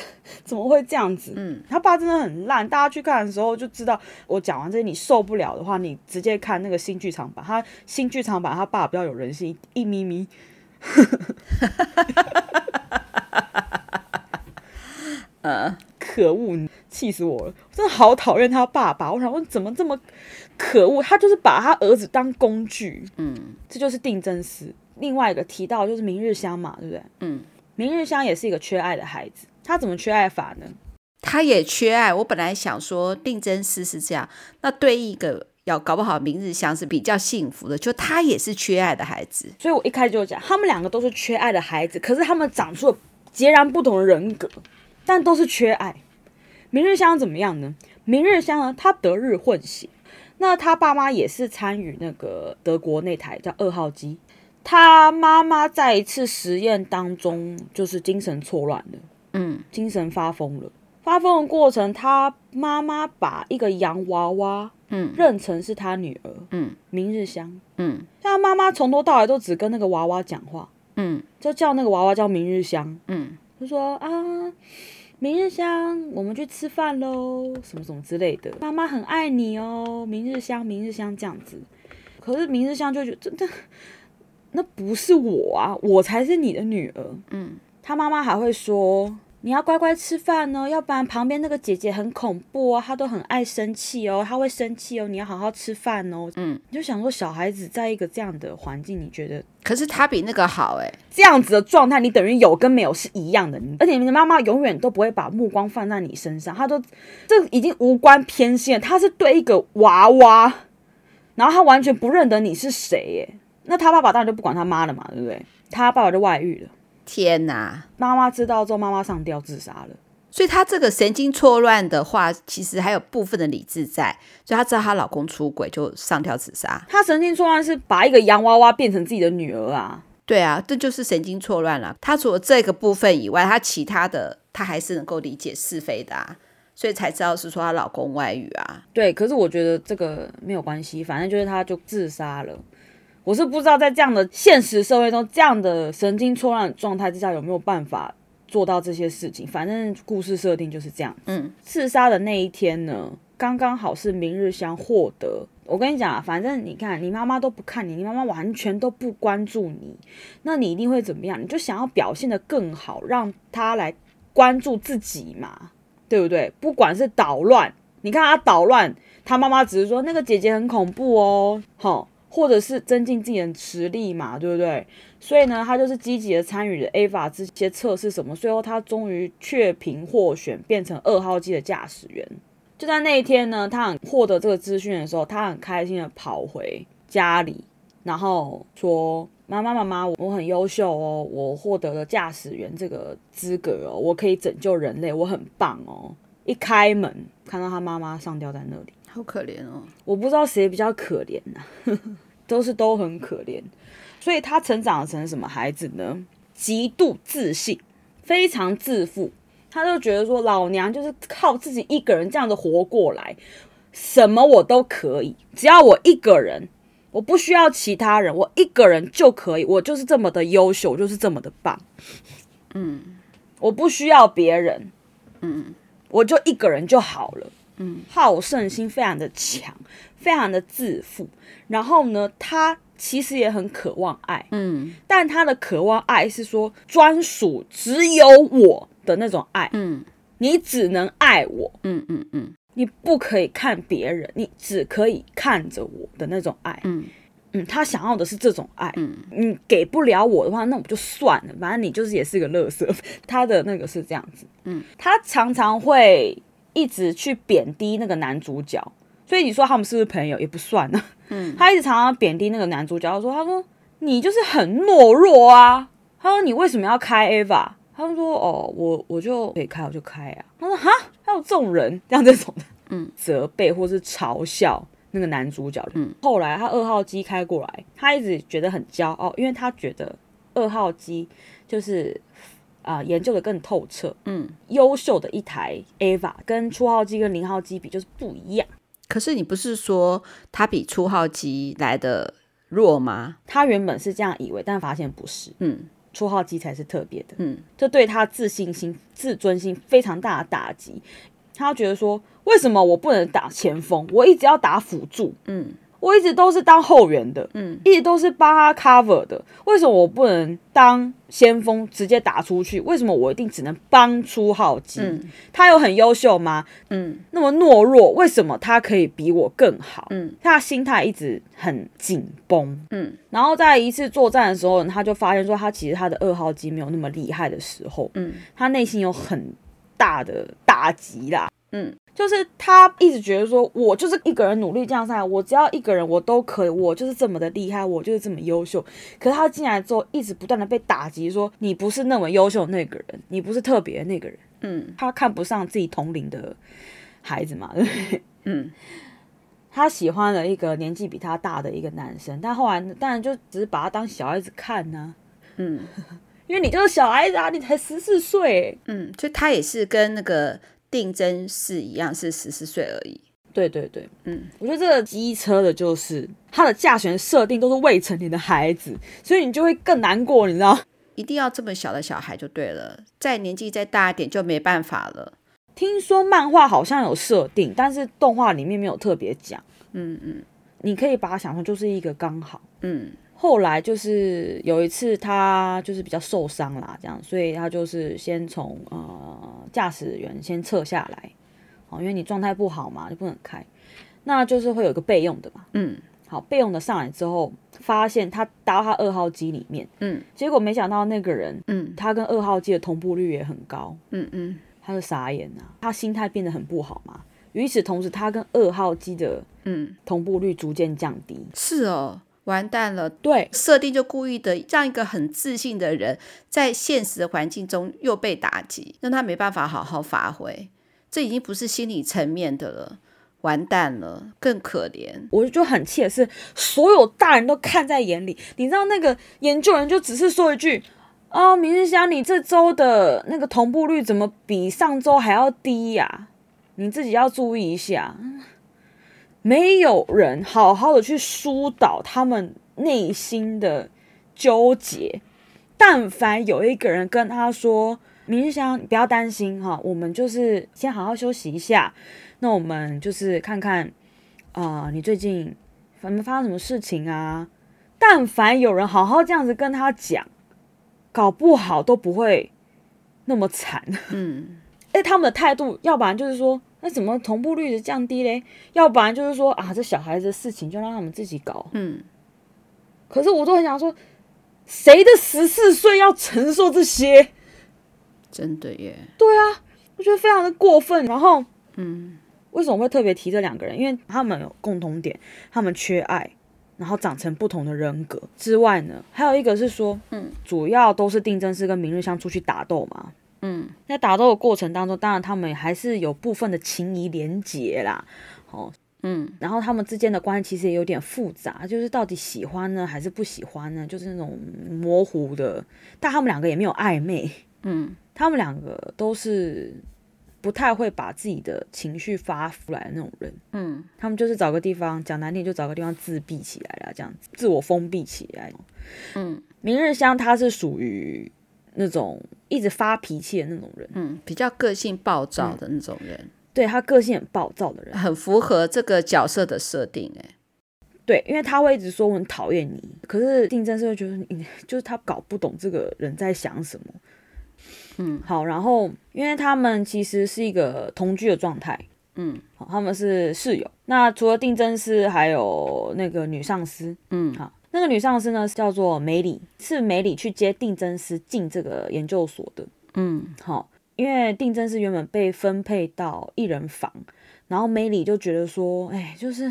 怎么会这样子？
嗯，
他爸真的很烂。大家去看的时候就知道，我讲完这些你受不了的话，你直接看那个新剧场版。他新剧场版他爸比较有人性一一咪咪。
呃
可恶，气死我了！我真的好讨厌他爸爸。我想问，怎么这么可恶？他就是把他儿子当工具。嗯，这就是定真寺。另外一个提到就是明日香嘛，对不对？
嗯，
明日香也是一个缺爱的孩子。他怎么缺爱法呢？
他也缺爱。我本来想说定真寺是这样，那对应一个要搞不好明日香是比较幸福的，就他也是缺爱的孩子。
所以我一开始就讲，他们两个都是缺爱的孩子，可是他们长出了截然不同的人格，但都是缺爱。明日香怎么样呢？明日香呢，她德日混血，那她爸妈也是参与那个德国那台叫二号机，她妈妈在一次实验当中就是精神错乱了，
嗯，
精神发疯了。发疯的过程，她妈妈把一个洋娃娃，
嗯，
认成是她女儿，
嗯，
明日香。
嗯
但她妈妈从头到尾都只跟那个娃娃讲话，
嗯
就叫那个娃娃叫明日香，
嗯
就说啊，明日香，我们去吃饭喽，什么什么之类的。妈妈很爱你哦，明日香，明日香这样子。可是明日香就觉得这这那不是我啊，我才是你的女儿。
嗯，
她妈妈还会说。你要乖乖吃饭哦，要不然旁边那个姐姐很恐怖哦，她都很爱生气哦，她会生气哦，你要好好吃饭哦。
嗯，
你就想说小孩子在一个这样的环境，你觉得
可是他比那个好哎、
这样子的状态，你等于有跟没有是一样的。而且你的妈妈永远都不会把目光放在你身上，她都这已经无关偏心了。她是对一个娃娃，然后她完全不认得你是谁耶。那她爸爸当然就不管他妈了嘛，对不对？他爸爸就外遇了，
天哪！
妈妈知道之后，妈妈上吊自杀了。
所以她这个神经错乱的话，其实还有部分的理智在，所以她知道她老公出轨就上吊自杀。
她神经错乱是把一个洋娃娃变成自己的女儿啊。
对啊，这就是神经错乱了。她除了这个部分以外，她其他的她还是能够理解是非的啊，所以才知道是说她老公外遇啊。
对，可是我觉得这个没有关系，反正就是他就自杀了。我是不知道在这样的现实社会中，这样的神经错乱的状态之下，有没有办法做到这些事情。反正故事设定就是这样。
嗯，
自杀的那一天呢，刚刚好是明日香获得。我跟你讲啊，反正你看，你妈妈都不看你，你妈妈完全都不关注你，那你一定会怎么样？你就想要表现得更好，让她来关注自己嘛，对不对？不管是捣乱，你看她捣乱，她妈妈只是说那个姐姐很恐怖哦，好，或者是增进自己的实力嘛，对不对？所以呢，他就是积极的参与了 AVA 这些测试什么，最后他终于确评获选，变成二号机的驾驶员。就在那一天呢，他很获得这个资讯的时候，他很开心的跑回家里，然后说：“妈妈，妈妈，我很优秀哦，我获得了驾驶员这个资格哦，我可以拯救人类，我很棒哦。”一开门，看到他妈妈上吊在那里。
好可怜哦。
我不知道谁比较可怜呐、 都是都很可怜。所以他成长成什么孩子呢？极度自信，非常自负。他就觉得说，老娘就是靠自己一个人这样子活过来，什么我都可以，只要我一个人，我不需要其他人，我一个人就可以，我就是这么的优秀，我就是这么的棒。嗯，我不需要别人，嗯，我就一个人就好了。嗯，好胜心非常的强，非常的自负。然后呢，他其实也很渴望爱，
嗯
但他的渴望爱是说专属只有我的那种爱，
嗯
你只能爱我，
嗯嗯嗯
你不可以看别人，你只可以看着我的那种爱。
嗯
嗯，他想要的是这种爱。
嗯
你给不了我的话，那我就算了，反正你就是也是个乐色。 他的那个是这样子，
嗯，
他常常会一直去贬低那个男主角，所以你说他们是不是朋友也不算啊。
嗯，
他一直常常贬低那个男主角，他说他说你就是很懦弱啊，他说你为什么要开 AVA？他们说哦，我我就可以开，我就开啊。他说哈，还有这种人， 像这种的，
嗯，
责备或是嘲笑那个男主角。
嗯，
后来他二号机开过来，他一直觉得很骄傲，因为他觉得二号机就是啊、研究的更透彻，
嗯。
优秀的一台 AVA 跟初号机跟零号机比就是不一样。
可是你不是说他比初号机来的弱吗？
他原本是这样以为，但发现不是，
嗯
初号机才是特别的。
嗯
这对他自信心、自尊心非常大的打击。他觉得说，为什么我不能打前锋？我一直要打辅助，
嗯
我一直都是当后援的，
嗯，
一直都是帮他 cover 的。为什么我不能当先锋直接打出去？为什么我一定只能帮出浩基？
嗯
他有很优秀吗？
嗯
那么懦弱，为什么他可以比我更好？
嗯，
他的心态一直很紧绷。
嗯，
然后在一次作战的时候，他就发现说，他其实他的二号机没有那么厉害的时候，
嗯
他内心有很大的打击啦。
嗯，
就是他一直觉得说，我就是一个人努力这样上来，我只要一个人我都可以，我就是这么的厉害，我就是这么优秀。可是他进来之后，一直不断的被打击，说你不是那么优秀的那个人，你不是特别的那个人。
嗯，
他看不上自己同龄的孩子嘛，对不对？
嗯，
他喜欢了一个年纪比他大的一个男生，但后来当然就只是把他当小孩子看呢、
嗯，
因为你就是小孩子啊，你才十四岁。
嗯，就他也是跟那个定真寺一样，是十四岁而已。
对对对，
嗯，
我觉得这个机车的就是它的驾权设定都是未成年的孩子，所以你就会更难过，你知道？
一定要这么小的小孩就对了，再年纪再大一点就没办法了。
听说漫画好像有设定，但是动画里面没有特别讲。
嗯嗯
你可以把它想成就是一个刚好。
嗯
后来就是有一次他就是比较受伤啦，这样，所以他就是先从呃驾驶员先撤下来，哦，因为你状态不好嘛，就不能开，那就是会有一个备用的嘛。
嗯
好，备用的上来之后，发现他搭到他二号机里面，
嗯
结果没想到那个人
嗯
他跟二号机的同步率也很高，
嗯嗯
他就傻眼了、他心态变得很不好嘛。与此同时，他跟二号机的
嗯，
同步率逐渐降低。
是哦，完蛋了。
对，
设定就故意的让一个很自信的人，在现实的环境中又被打击，让他没办法好好发挥，这已经不是心理层面的了，完蛋了，更可怜。
我就很气的是，所有大人都看在眼里。你知道那个研究人就只是说一句：“哦，明日香，你这周的那个同步率怎么比上周还要低呀、你自己要注意一下。”没有人好好的去疏导他们内心的纠结。但凡有一个人跟他说：“明日香，你不要担心哈，我们就是先好好休息一下。那我们就是看看啊、你最近反正发生什么事情啊？但凡有人好好这样子跟他讲，搞不好都不会那么惨。
嗯
哎，他们的态度，要不然就是说，那怎么同步率的降低嘞？要不然就是说啊，这小孩子的事情就让他们自己搞。
嗯，
可是我都很想说，谁的十四岁要承受这些？
真的耶。
我觉得非常的过分。然后
嗯
为什么会特别提这两个人？因为他们有共同点，他们缺爱，然后长成不同的人格之外呢，还有一个是说，
嗯，
主要都是定真寺跟明日香出去打斗嘛。
嗯
在打斗的过程当中，当然他们还是有部分的情谊连结啦，哦
嗯
然后他们之间的关系其实也有点复杂，就是到底喜欢呢还是不喜欢呢，就是那种模糊的。但他们两个也没有暧昧，
嗯
他们两个都是不太会把自己的情绪发出来的那种人。
嗯
他们就是找个地方，讲难听就找个地方自闭起来了，这样子自我封闭起来。
嗯
明日香她是属于那种一直发脾气的那种人，
嗯，比较个性暴躁的那种人，
对她个性很暴躁的人，
很符合这个角色的设定。哎，
对，因为她会一直说我很讨厌你，可是定真是会觉得你 就是她搞不懂这个人在想什么。
嗯
好，然后因为他们其实是一个同居的状态，
嗯
好，他们是室友。那除了定真师，还有那个女上司，
嗯
好，那个女上司呢叫做梅里，是梅里去接定真师进这个研究所的。
嗯
好，因为定真师原本被分配到一人房，然后梅里就觉得说，哎，就是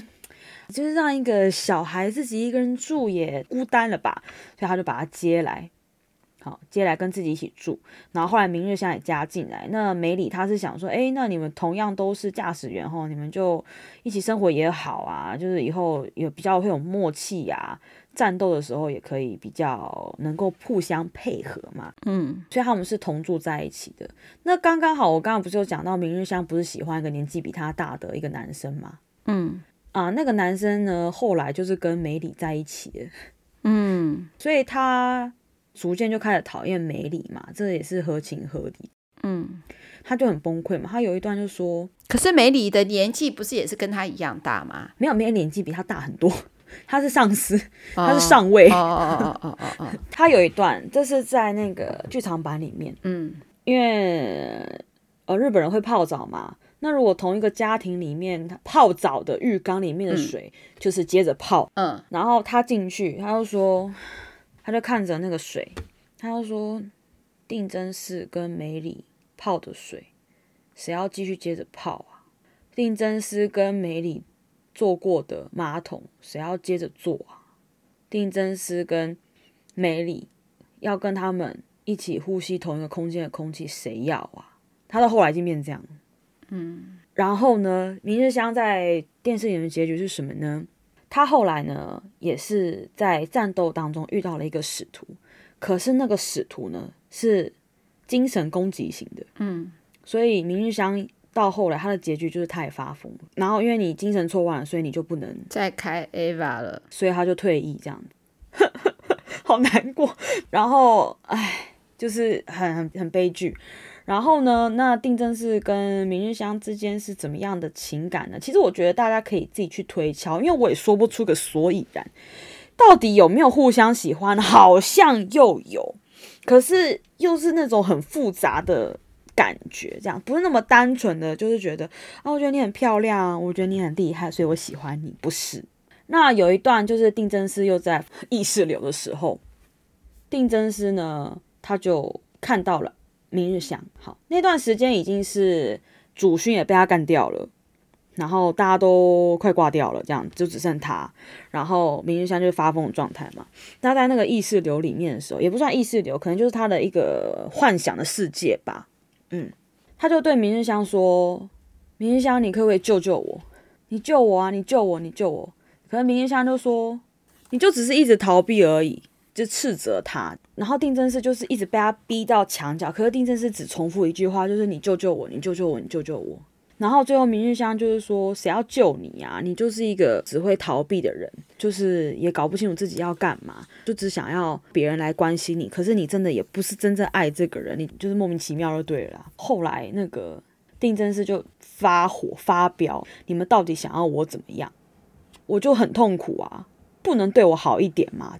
就是让一个小孩自己一个人住也孤单了吧，所以他就把他接来。好，接来跟自己一起住，然后后来明日香也加进来。那梅里他是想说，哎，那你们同样都是驾驶员吼，你们就一起生活也好啊，就是以后也比较会有默契呀、战斗的时候也可以比较能够互相配合嘛。
嗯
所以他们是同住在一起的。那刚刚好，我刚刚不是有讲到明日香不是喜欢一个年纪比她大的一个男生吗？
嗯
啊，那个男生呢，后来就是跟美里在一起了，
嗯
所以他逐渐就开始讨厌美里嘛，这也是合情合理。
嗯。
他就很崩溃嘛，他有一段就说，
可是梅里的年纪不是也是跟他一样大吗？
没有，没有年纪比他大很多， 他是上司，他
哦
是上位。
哦哦哦哦哦哦，
他有一段，这是在那个剧场版里面，
嗯
因为呃日本人会泡澡嘛，那如果同一个家庭里面他泡澡的浴缸里面的水、就是接着泡，
嗯
然后他进去，他就说，他就看着那个水，他就说，定真寺跟美里泡的水，谁要继续接着泡啊？令真司跟梅里做过的马桶，谁要接着做啊？令真司跟梅里要跟他们一起呼吸同一个空间的空气，谁要啊？他到后来已经变这样，嗯。然后呢，明日香在电视里的结局是什么呢？他后来呢，也是在战斗当中遇到了一个使徒，可是那个使徒呢是精神攻击型的，
嗯，
所以明日香到后来他的结局就是他也发疯了，然后因为你精神错乱了，所以你就不能，
再开 Ava 了，
所以他就退役这样 子好难过。然后唉，就是很很很悲剧。然后呢，那定真寺跟明日香之间是怎么样的情感呢？其实我觉得大家可以自己去推敲，因为我也说不出个所以然，到底有没有互相喜欢？好像又有，可是又是那种很复杂的感觉，这样不是那么单纯的，就是觉得啊，我觉得你很漂亮，我觉得你很厉害，所以我喜欢你，不是？那有一段就是定真寺又在意识流的时候，定真寺呢，他就看到了。明日香，好，那段时间已经是主勋也被他干掉了，然后大家都快挂掉了，这样就只剩他，然后明日香就是发疯的状态嘛。那在那个意识流里面的时候，也不算意识流，可能就是他的一个幻想的世界吧。嗯，他就对明日香说：“明日香，你可不可以救救我？你救我啊！你救我！你救我！”可能明日香就说：“你就只是一直逃避而已。”就斥责他，然后定真寺就是一直被他逼到墙角，可是定真寺只重复一句话，就是你救救我，你救救我，你救救我。然后最后明日香就是说，谁要救你啊？你就是一个只会逃避的人，就是也搞不清楚自己要干嘛，就只想要别人来关心你，可是你真的也不是真正爱这个人，你就是莫名其妙就对了啦。后来那个定真寺就发火发飙，你们到底想要我怎么样？我就很痛苦啊，不能对我好一点吗？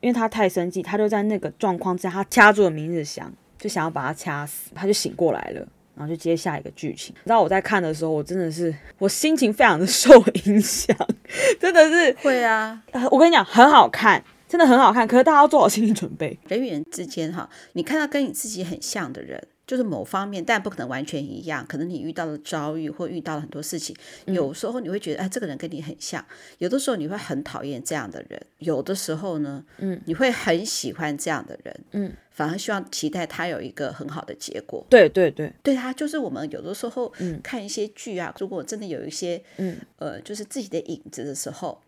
因为他太生气，他就在那个状况之下，他掐住了明日香，就想要把他掐死，他就醒过来了，然后就接下一个剧情。你知道我在看的时候，我真的是 我心情非常的受影响，真的是，
会啊，
呃我跟你讲，很好看，真的很好看，可是大家要做好心理准备。
人与人之间哈，你看到跟你自己很像的人，就是某方面，但不可能完全一样。可能你遇到了遭遇或遇到了很多事情，有时候你会觉得哎，这个人跟你很像；有的时候你会很讨厌这样的人；有的时候呢，嗯，你会很喜欢这样的人，
嗯，
反而希望期待他有一个很好的结果。
对对对，
对啊，就是我们有的时候看一些剧啊，如果真的有一些
嗯
呃，就是自己的影子的时候，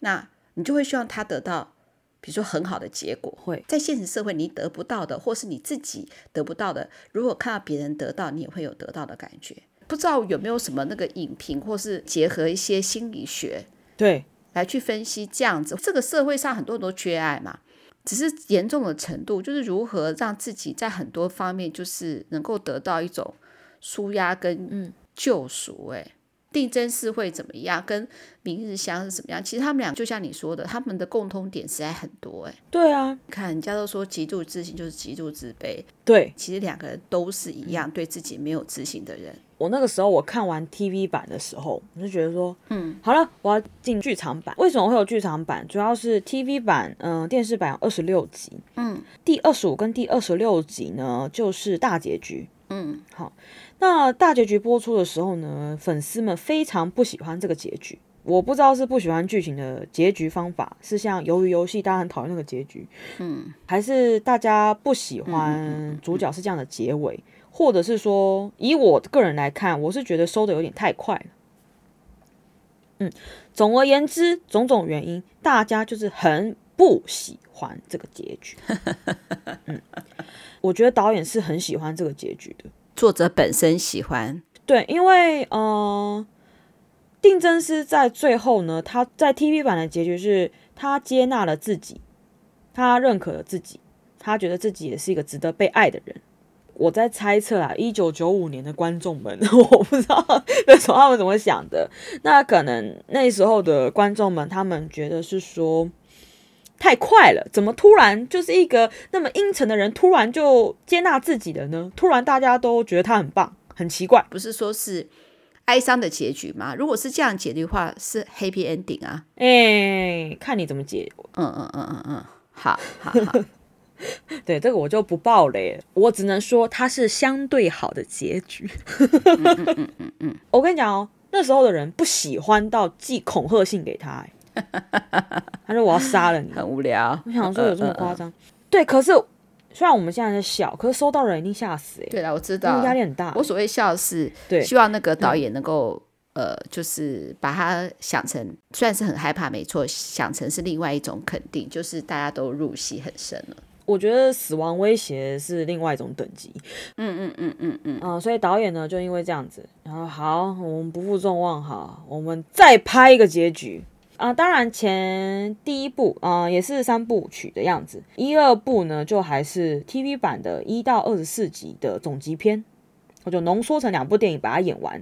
那你就会希望他得到，比如说很好的结果。
会
在现实社会你得不到的，或是你自己得不到的，如果看到别人得到，你也会有得到的感觉。不知道有没有什么那个影评，或是结合一些心理学
对，
来去分析这样子，这个社会上很多很多缺爱嘛。只是严重的程度，就是如何让自己在很多方面就是能够得到一种舒压跟救赎、欸。哎、定真寺会怎么样？跟明日香是怎么样？其实他们俩就像你说的，他们的共通点实在很多、欸。哎，
对啊，
看人家都说极度自信就是极度自卑，
对
其实两个人都是一样，对自己没有自信的人。
我那个时候我看完 TV 版的时候，我就觉得说，
嗯，
好了，我要进剧场版。为什么会有剧场版？主要是 TV 版，嗯、电视版有二十六集，
嗯，
第二十五跟第二十六集呢，就是大结局。
嗯，
好，那大结局播出的时候呢，粉丝们非常不喜欢这个结局。我不知道是不喜欢剧情的结局方法，是像《鱿鱼游戏》大家很讨厌那个结局，
嗯，
还是大家不喜欢主角是这样的结尾，或者是说，以我个人来看，我是觉得收的有点太快了。嗯，总而言之，种种原因，大家就是很不喜欢这个结局。嗯，我觉得导演是很喜欢这个结局的。
作者本身喜欢，
对，因为呃，定真师在最后呢，他在 TV 版的结局是他接纳了自己，他认可了自己，他觉得自己也是一个值得被爱的人。我在猜测啦，一九九五年的观众们， 我不知道那时候他们怎么想的。那可能那时候的观众们，他们觉得是说太快了，怎么突然就是一个那么阴沉的人，突然就接纳自己了呢？突然大家都觉得他很棒，很奇怪。
不是说是哀伤的结局吗？如果是这样解的话，是 happy ending 啊。
哎、看你怎么解。
嗯嗯嗯嗯嗯，好好好，
对这个我就不爆雷了，我 只能说它是相对好的结局。嗯嗯嗯嗯嗯，我跟你讲哦，那时候的人不喜欢到寄恐吓信给他、欸，他说我要杀了你。
很无聊。
我想说有这么夸张？对，可是虽然我们现在在笑，可是收到的人一定吓死哎、欸，
对啦，我知
因
道
为。压力很大
我。所谓笑是，
对
希望那个导演能够、呃，就是把它想成，虽然是很害怕，没错，想成是另外一种肯定，就是大家都入戏很深了。
我觉得死亡威胁是另外一种等级，
嗯嗯嗯嗯嗯，
嗯、所以导演呢就因为这样子，然后好，我们不负众望，好，我们再拍一个结局啊、当然前第一部啊、也是三部曲的样子，一二部呢就还是 TV 版的一到二十四集的总集篇，我就浓缩成两部电影把它演完。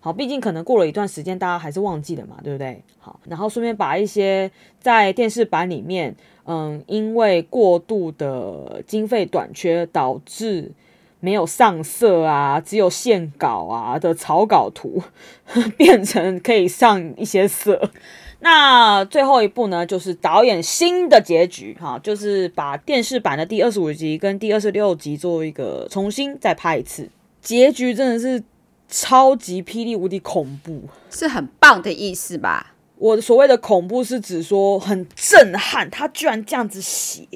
好，毕竟可能过了一段时间，大家还是忘记了嘛，对不对？好，然后顺便把一些在电视版里面，嗯，因为过度的经费短缺导致没有上色啊，只有线稿啊的草稿图， 变成可以上一些色。那最后一步呢，就是导演新的结局哈，就是把电视版的第二十五集跟第二十六集做一个重新再拍一次。结局真的是超级霹雳无敌恐怖。
是很棒的意思吧？
我所谓的恐怖是指说很震撼，他居然这样子写，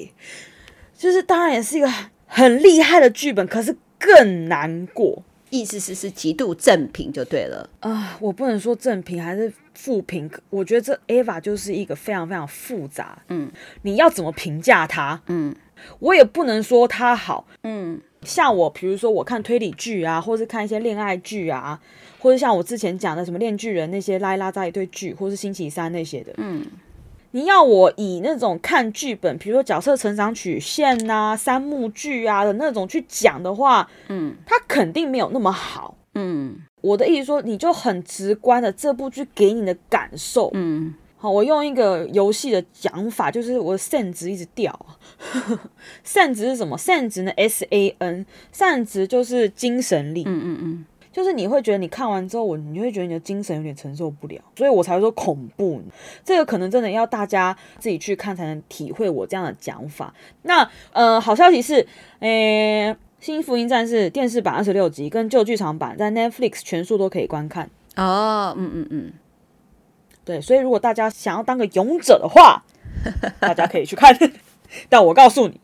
就是当然也是一个很厉害的剧本，可是更难过。
意思是是极度正品就对了。
啊，我不能说正评还是负评，我觉得这 Ava 就是一个非常非常复杂，
嗯，
你要怎么评价它？
嗯
我也不能说它好。
嗯，
像我，比如说我看推理剧啊，或是看一些恋爱剧啊，或者像我之前讲的什么《恋巨人》那些拉一拉扎一堆剧，或是星期三那些的，嗯，你要我以那种看剧本，比如说角色成长曲线呐、三幕剧啊的那种去讲的话，嗯，它肯定没有那么好。
嗯
我的意思说，你就很直观的这部剧给你的感受。
嗯，
好，我用一个游戏的讲法，就是我的 san 值一直掉。san 值是什么？san 值呢？S A N，san 值就是精神力。嗯嗯嗯。就是你会觉得你看完之后，我你会觉得你的精神有点承受不了，所以我才会说恐怖。这个可能真的要大家自己去看才能体会我这样的讲法。那呃，好消息是，诶、新福音战士》电视版二十六集跟旧剧场版在 Netflix 全数都可以观看。
哦，嗯嗯嗯，
对，所以如果大家想要当个勇者的话，大家可以去看。 但我告诉你，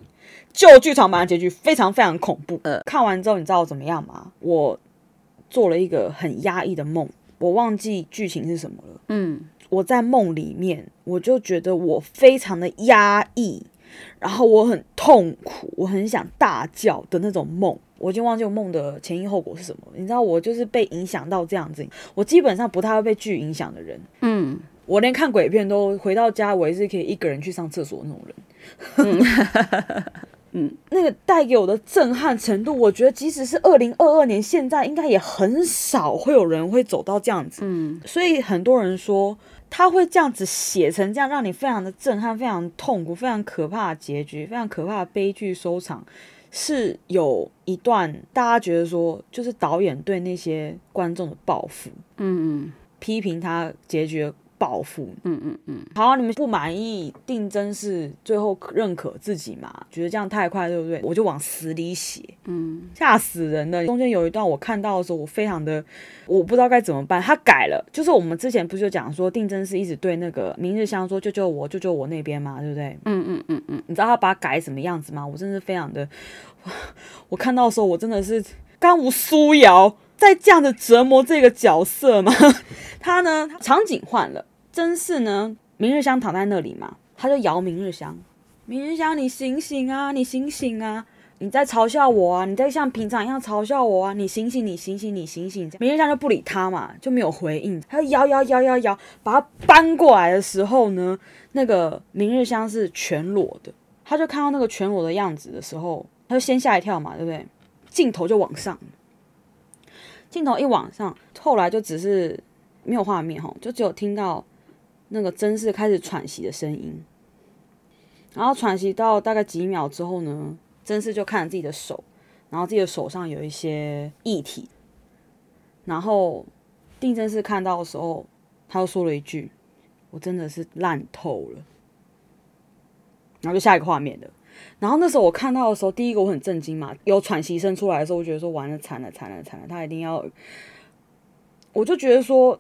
旧剧场版的结局非常非常恐怖。
呃
看完之后你知道我怎么样吗？我做了一个很压抑的梦，我忘记剧情是什么了。
嗯，
我在梦里面，我就觉得我非常的压抑，然后我很痛苦，我很想大叫的那种梦。我已经忘记我梦的前因后果是什么了。你知道，我就是被影响到这样子。我基本上不太会被剧影响的人。
嗯，
我连看鬼片都回到家，我也是可以一个人去上厕所那种人。 嗯，那个带给我的震撼程度，我觉得即使是二零二二年，现在应该也很少会有人会走到这样子。嗯，所以很多人说他会这样子写成这样，让你非常的震撼、非常痛苦、非常可怕的结局、非常可怕的悲剧收场，是有一段大家觉得说，就是导演对那些观众的报复。嗯批评他结局的报复。嗯嗯嗯。好，你们不满意，定真是最后认可自己嘛？觉得这样太快，对不对？我就往死里写。嗯，吓死人了。中间有一段我看到的时候，我非常的，我不知道该怎么办。他改了，就是我们之前不是有讲说，定真是一直对那个明日香说“救救我，救救我”那边嘛，对不对？
嗯嗯嗯嗯，
你知道他把它改什么样子吗？我真的是非常的，我看到的时候我真的是甘无苏瑶在这样的折磨这个角色吗？ 他呢，场景换了，真是呢，明日香躺在那里嘛，他就摇明日香，明日香你醒醒啊，你醒醒啊！你在嘲笑我啊！你在像平常一样嘲笑我啊！你醒醒，你醒醒，你醒醒！明日香就不理他嘛，就没有回应。他就摇摇摇摇摇，把他搬过来的时候呢，那个明日香是全裸的，他就看到那个全裸的样子的时候，他就先吓一跳嘛，对不对？镜头就往上，镜头一往上，后来就只是没有画面哈，就只有听到那个真是开始喘息的声音，然后喘息到大概几秒之后呢，真是就看着自己的手，然后自己的手上有一些液体，然后定真是看到的时候，他又说了一句：“我真的是烂透了。”然后就下一个画面了。然后那时候我看到的时候，第一个我很震惊嘛，有喘息声出来的时候，我觉得说完了，惨了，惨了，惨了，他一定要我就觉得说，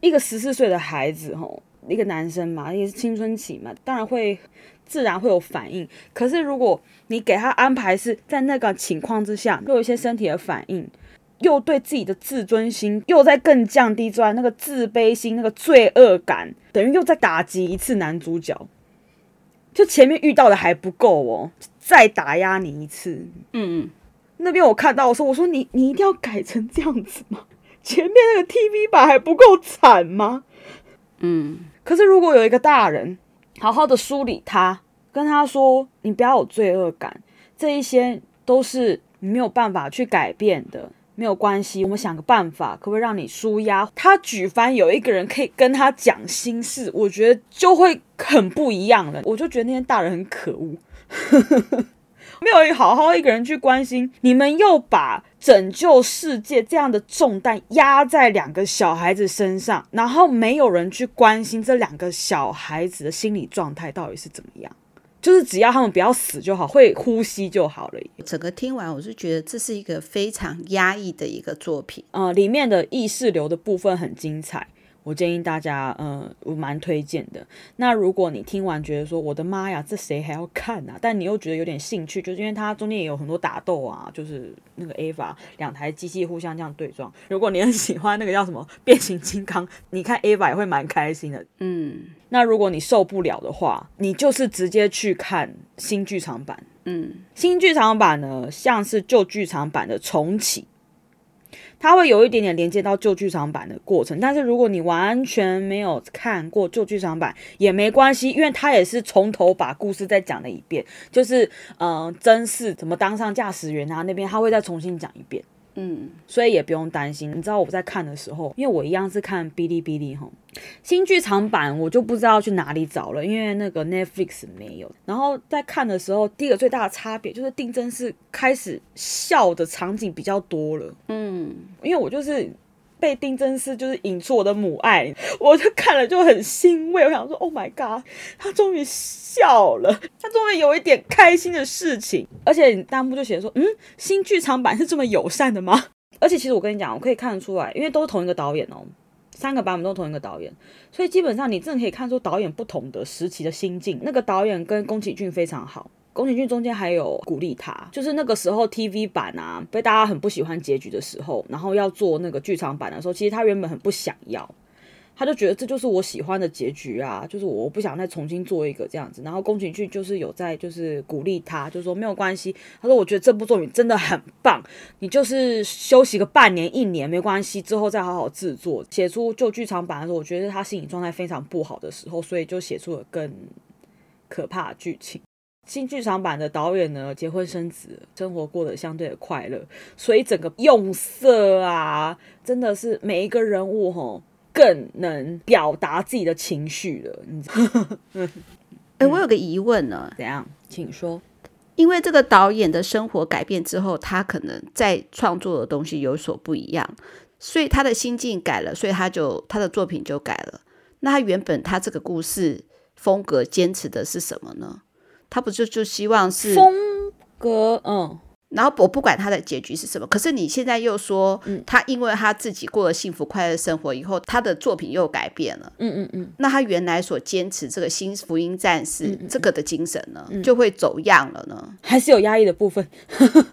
一个十四岁的孩子，吼，一个男生嘛，也是青春期嘛，当然会自然会有反应。可是如果你给他安排是在那个情况之下，又有一些身体的反应，又对自己的自尊心又在更降低之外，那个自卑心、那个罪恶感，等于又再打击一次男主角。就前面遇到的还不够哦，再打压你一次。
嗯嗯，
那边我看到，我说我说你你一定要改成这样子吗？前面那个 TV 版还不够惨吗？
嗯，
可是如果有一个大人好好的梳理他，跟他说你不要有罪恶感，这一些都是你没有办法去改变的，没有关系，我们想个办法，可不可以让你舒压？他举凡有一个人可以跟他讲心事，我觉得就会很不一样了。我就觉得那些大人很可恶。没有好好一个人去关心，你们又把拯救世界这样的重担压在两个小孩子身上，然后没有人去关心这两个小孩子的心理状态到底是怎么样。就是只要他们不要死就好，会呼吸就好了。
整个听完我是觉得这是一个非常压抑的一个作品。
呃，里面的意识流的部分很精彩，我建议大家，呃，我蛮推荐的。那如果你听完觉得说，我的妈呀，这谁还要看啊？但你又觉得有点兴趣，就是因为它中间也有很多打斗啊，就是那个 Ava 两台机器互相这样对撞。如果你很喜欢那个叫什么变形金刚，你看 Ava 也会蛮开心的。
嗯
那如果你受不了的话，你就是直接去看新剧场版。
嗯
新剧场版呢，像是旧剧场版的重启，它会有一点点连接到旧剧场版的过程。但是如果你完全没有看过旧剧场版也没关系，因为它也是从头把故事再讲了一遍，就是嗯、呃，真嗣怎么当上驾驶员啊那边，他会再重新讲一遍。
嗯
所以也不用担心。你知道我在看的时候，因为我一样是看哔哩哔哩哈，新剧场版我就不知道去哪里找了，因为那个 Netflix 没有。然后在看的时候，第一个最大的差别就是定真是开始笑的场景比较多了，
嗯，
因为我就是。被定真是就是引出我的母爱，我就看了就很欣慰。我想说，Oh my god，他终于笑了，他终于有一点开心的事情。而且弹幕就写说，嗯，新剧场版是这么友善的吗？而且其实我跟你讲，我可以看得出来，因为都是同一个导演哦，三个版本都是同一个导演，所以基本上你真的可以看出导演不同的时期的心境。那个导演跟宫崎骏非常好。宫崎骏中间还有鼓励他，就是那个时候 TV 版啊，被大家很不喜欢结局的时候，然后要做那个剧场版的时候，其实他原本很不想要，他就觉得这就是我喜欢的结局啊，就是我不想再重新做一个这样子。然后宫崎骏就是有在就是鼓励他，就说没有关系，他说我觉得这部作品真的很棒，你就是休息个半年一年没关系，之后再好好制作。写出旧剧场版的时候，我觉得他心理状态非常不好的时候，所以就写出了更可怕的剧情。新剧场版的导演呢，结婚生子，生活过得相对的快乐，所以整个用色啊，真的是每一个人物吼更能表达自己的情绪了。你知
哎、
嗯
我有个疑问呢，
怎样？请说。
因为这个导演的生活改变之后，他可能在创作的东西有所不一样，所以他的心境改了，所以他就他的作品就改了。那他原本他这个故事风格坚持的是什么呢？他不就就希望是
风格，嗯，
然后我不管他的结局是什么，可是你现在又说，
嗯
他因为他自己过了幸福快乐生活以后，他的作品又改变了。
嗯嗯嗯，
那他原来所坚持这个新福音战士这个的精神呢，
嗯
就会走样了呢。
还是有压抑的部分，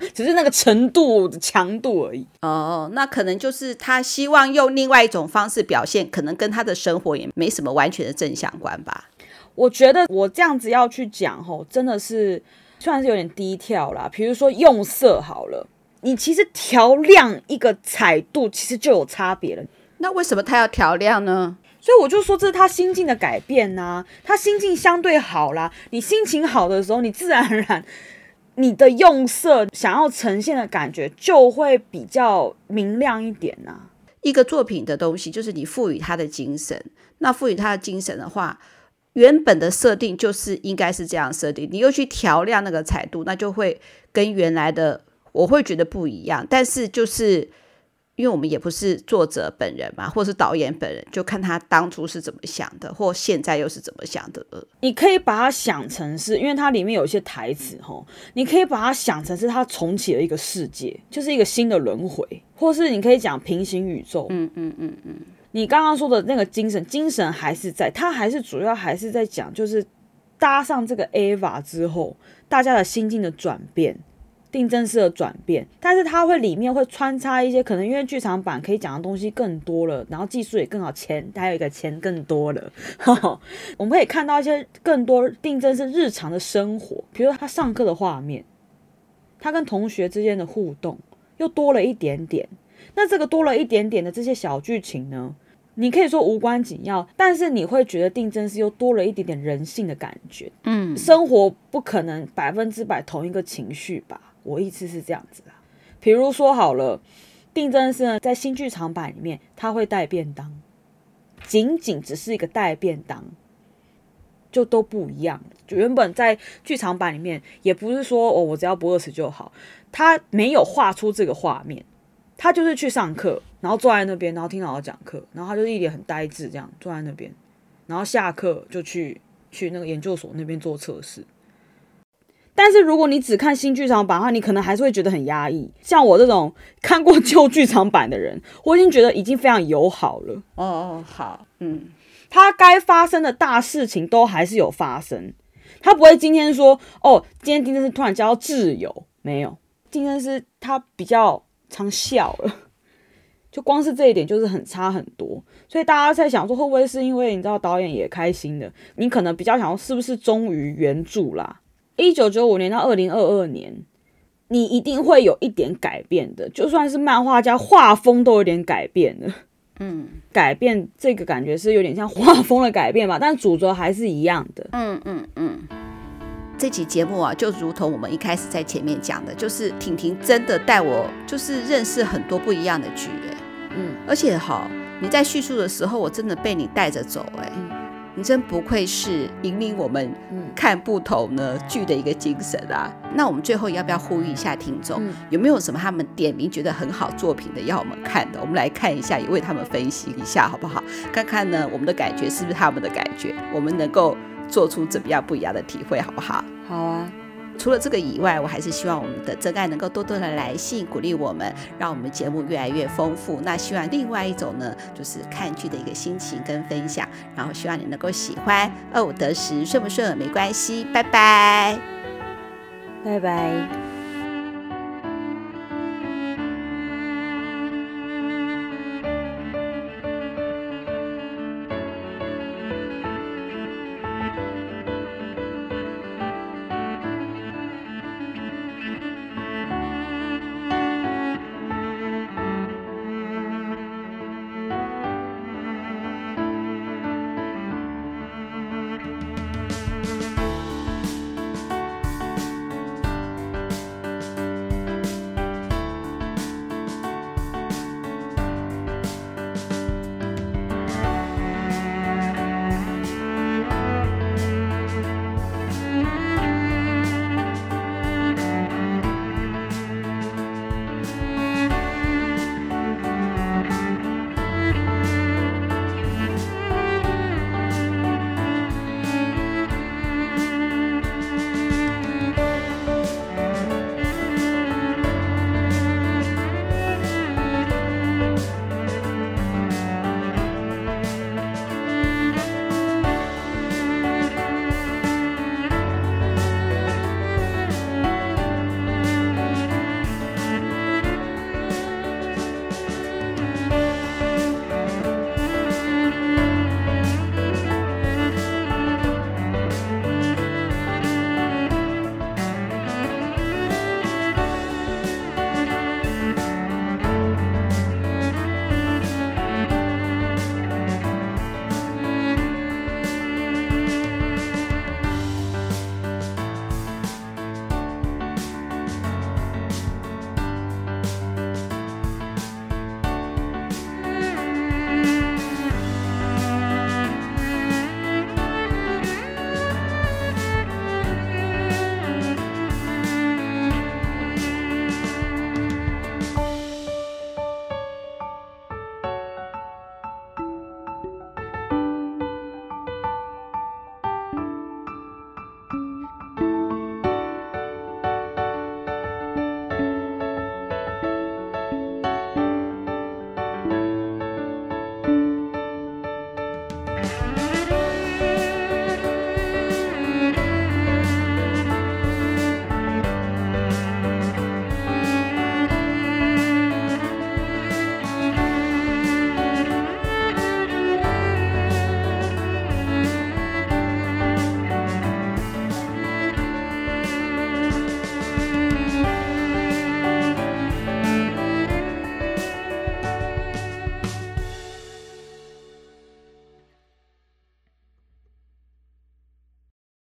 只是那个程度强度而已。
哦，那可能就是他希望用另外一种方式表现，可能跟他的生活也没什么完全的正相关吧。
我觉得我这样子要去讲吼，真的是虽然是有点低调啦。比如说用色好了，你其实调亮一个彩度，其实就有差别了。
那为什么他要调亮呢？
所以我就说这是他心境的改变呐、他心境相对好啦。你心情好的时候，你自然而然你的用色想要呈现的感觉就会比较明亮一点呐、
一个作品的东西，就是你赋予它的精神。那赋予它的精神的话，原本的设定就是应该是这样设定，你又去调亮那个彩度，那就会跟原来的我会觉得不一样。但是就是因为我们也不是作者本人嘛，或是导演本人，就看他当初是怎么想的，或现在又是怎么想的了。
你可以把它想成是，因为它里面有一些台词哈，你可以把它想成是它重启了一个世界，就是一个新的轮回，或是你可以讲平行宇宙。
嗯嗯嗯嗯，
你刚刚说的那个精神，精神还是在，它还是主要还是在讲，就是搭上这个 Ava 之后，大家的心境的转变。定真式的转变，但是它会里面会穿插一些可能因为剧场版可以讲的东西更多了，然后技术也更好，钱还有一个钱更多了，我们可以看到一些更多定真是日常的生活，比如说他上课的画面，他跟同学之间的互动又多了一点点。那这个多了一点点的这些小剧情呢，你可以说无关紧要，但是你会觉得定真是又多了一点点人性的感觉。
嗯，
生活不可能百分之百同一个情绪吧。我意思是这样子啦，比如说好了，定真是呢，在新剧场版里面，他会带便当，仅仅只是一个带便当，就都不一样。就原本在剧场版里面，也不是说哦，我只要不饿死就好，他没有画出这个画面，他就是去上课，然后坐在那边，然后听老师讲课，然后他就一脸很呆滞这样坐在那边，然后下课就去去那个研究所那边做测试。但是如果你只看新剧场版的话，你可能还是会觉得很压抑。像我这种看过旧剧场版的人，我已经觉得已经非常友好了。
哦哦，好，嗯，
他该发生的大事情都还是有发生，他不会今天说哦，今天丁真是突然交到挚友，没有，丁真是他比较常笑了，就光是这一点就是很差很多。所以大家在想说，会不会是因为你知道导演也开心的，你可能比较想要是不是忠于原著啦？一九九五年到二零二二年，你一定会有一点改变的，就算是漫画家画风都有点改变的。
嗯，
改变这个感觉是有点像画风的改变吧，但主轴还是一样的。
嗯嗯嗯，这期节目啊，就如同我们一开始在前面讲的，就是婷婷真的带我，就是认识很多不一样的剧、欸，
嗯，
而且哈，你在叙述的时候，我真的被你带着走、欸，哎、你真不愧是引领我们
嗯
看不同呢剧的一个精神啊。那我们最后要不要呼吁一下听众，
嗯
有没有什么他们点名觉得很好作品的要我们看的？我们来看一下，也为他们分析一下，好不好？看看呢我们的感觉是不是他们的感觉，我们能够做出怎么样不一样的体会，好不好？
好啊，
除了这个以外，我还是希望我们的真爱能够多多的来信鼓励我们，让我们节目越来越丰富。那希望另外一种呢，就是看剧的一个心情跟分享，然后希望你能够喜欢。哦二五得十，顺不顺耳没关系，拜拜。
拜拜。